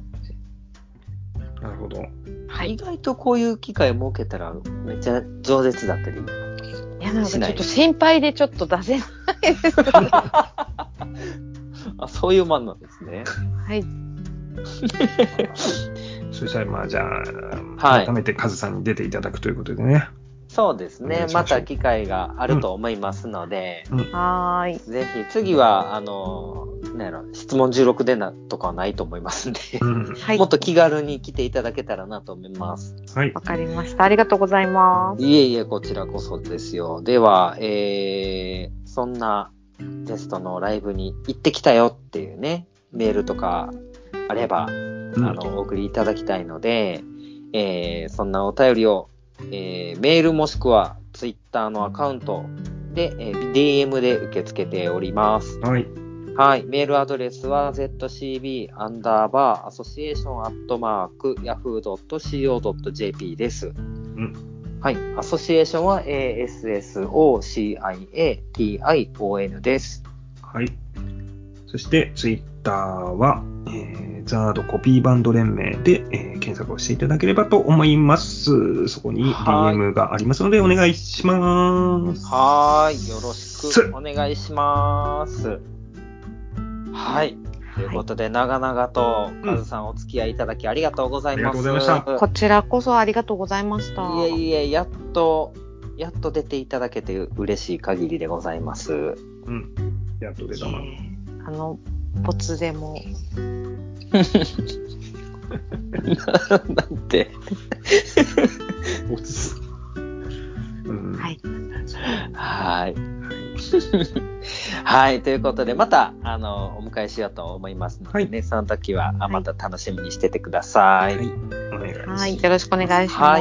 Speaker 2: なるほど。
Speaker 3: は
Speaker 1: 意
Speaker 3: い。い
Speaker 1: 外とこういう機会設けたらめっちゃ饒舌だったり。
Speaker 3: や、なんか
Speaker 1: し
Speaker 3: ちょ
Speaker 1: ない
Speaker 3: っと心配でちょっと出せないです。
Speaker 1: *laughs* あ、そういうもんなんですね。
Speaker 3: はい。
Speaker 2: そしたら、まあ、じゃあ、
Speaker 1: はい
Speaker 2: 改めてカズさんに出ていただくということでね。
Speaker 1: そうです
Speaker 2: お願
Speaker 1: ね
Speaker 2: い。しま
Speaker 1: ますた機会があると思いますので、
Speaker 3: はーい。
Speaker 1: ぜひ次は、あの、なんやろ、質問16でなとかはないと思いますんで、
Speaker 2: うん。
Speaker 3: はい
Speaker 1: も。っと気軽に来ていただけたらなと思います。
Speaker 2: はい
Speaker 3: わ。かりました。ありがとうございます。
Speaker 1: いえいえ、こちらこそですよ。では、えー、そんなテストのライブに行ってきたよっていうね、メールとかあれば、
Speaker 2: うん
Speaker 1: あの、お送りいただきたいので、えー、そんなお便りを、えー、メールもしくはツイッターのアカウントで、えー DM で受け付けております。
Speaker 2: はい。
Speaker 1: はい、メールアドレスは zcb アンダーバーアソシエーションアットマーク yahoo.co.jp です。はい、アソシエーションは ASSOCIATION です。
Speaker 2: はい。そして、ツイッターは、えー、ザードコピーバンド連盟で、えー検索をしていただければと思います。そこに
Speaker 1: はい
Speaker 2: DM がありますので、お願いします。
Speaker 1: はーい、よろしくお願いします。はい、ということで、長々とカズさんお付き合いいただきありがとうございます。
Speaker 2: ありがとうございま
Speaker 3: こちらこそありがとうございました。
Speaker 1: いえいえ、やっと、やっと出ていただけて嬉しい限りでございます。
Speaker 2: うん。やっと出た
Speaker 3: い
Speaker 2: な。
Speaker 3: えあの、ボツでも。
Speaker 1: なんて。
Speaker 2: おつうん。
Speaker 3: はい。
Speaker 1: はい。はい。ということで、また、あの、お迎えしようと思いますのでね、その時は、あまた楽しみにしててください。
Speaker 2: は
Speaker 1: はいい。
Speaker 2: お願いします。
Speaker 3: はい。よろしくお願いします。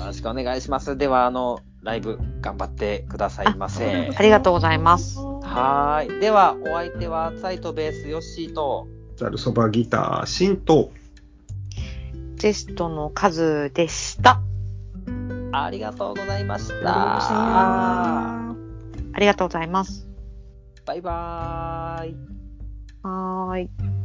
Speaker 1: よろしくお願いします。では、あの、ライブ、頑張ってくださいませ。
Speaker 3: ありがとうございます。
Speaker 1: はい。では、お相手は、サイトベース、ヨッシーと、
Speaker 2: ザルそばギター、シント。
Speaker 3: テストの数でした。
Speaker 1: ありがとうございまし
Speaker 2: あ
Speaker 1: た。
Speaker 3: ありがとうございます。
Speaker 1: バイバーイ。
Speaker 3: はーい。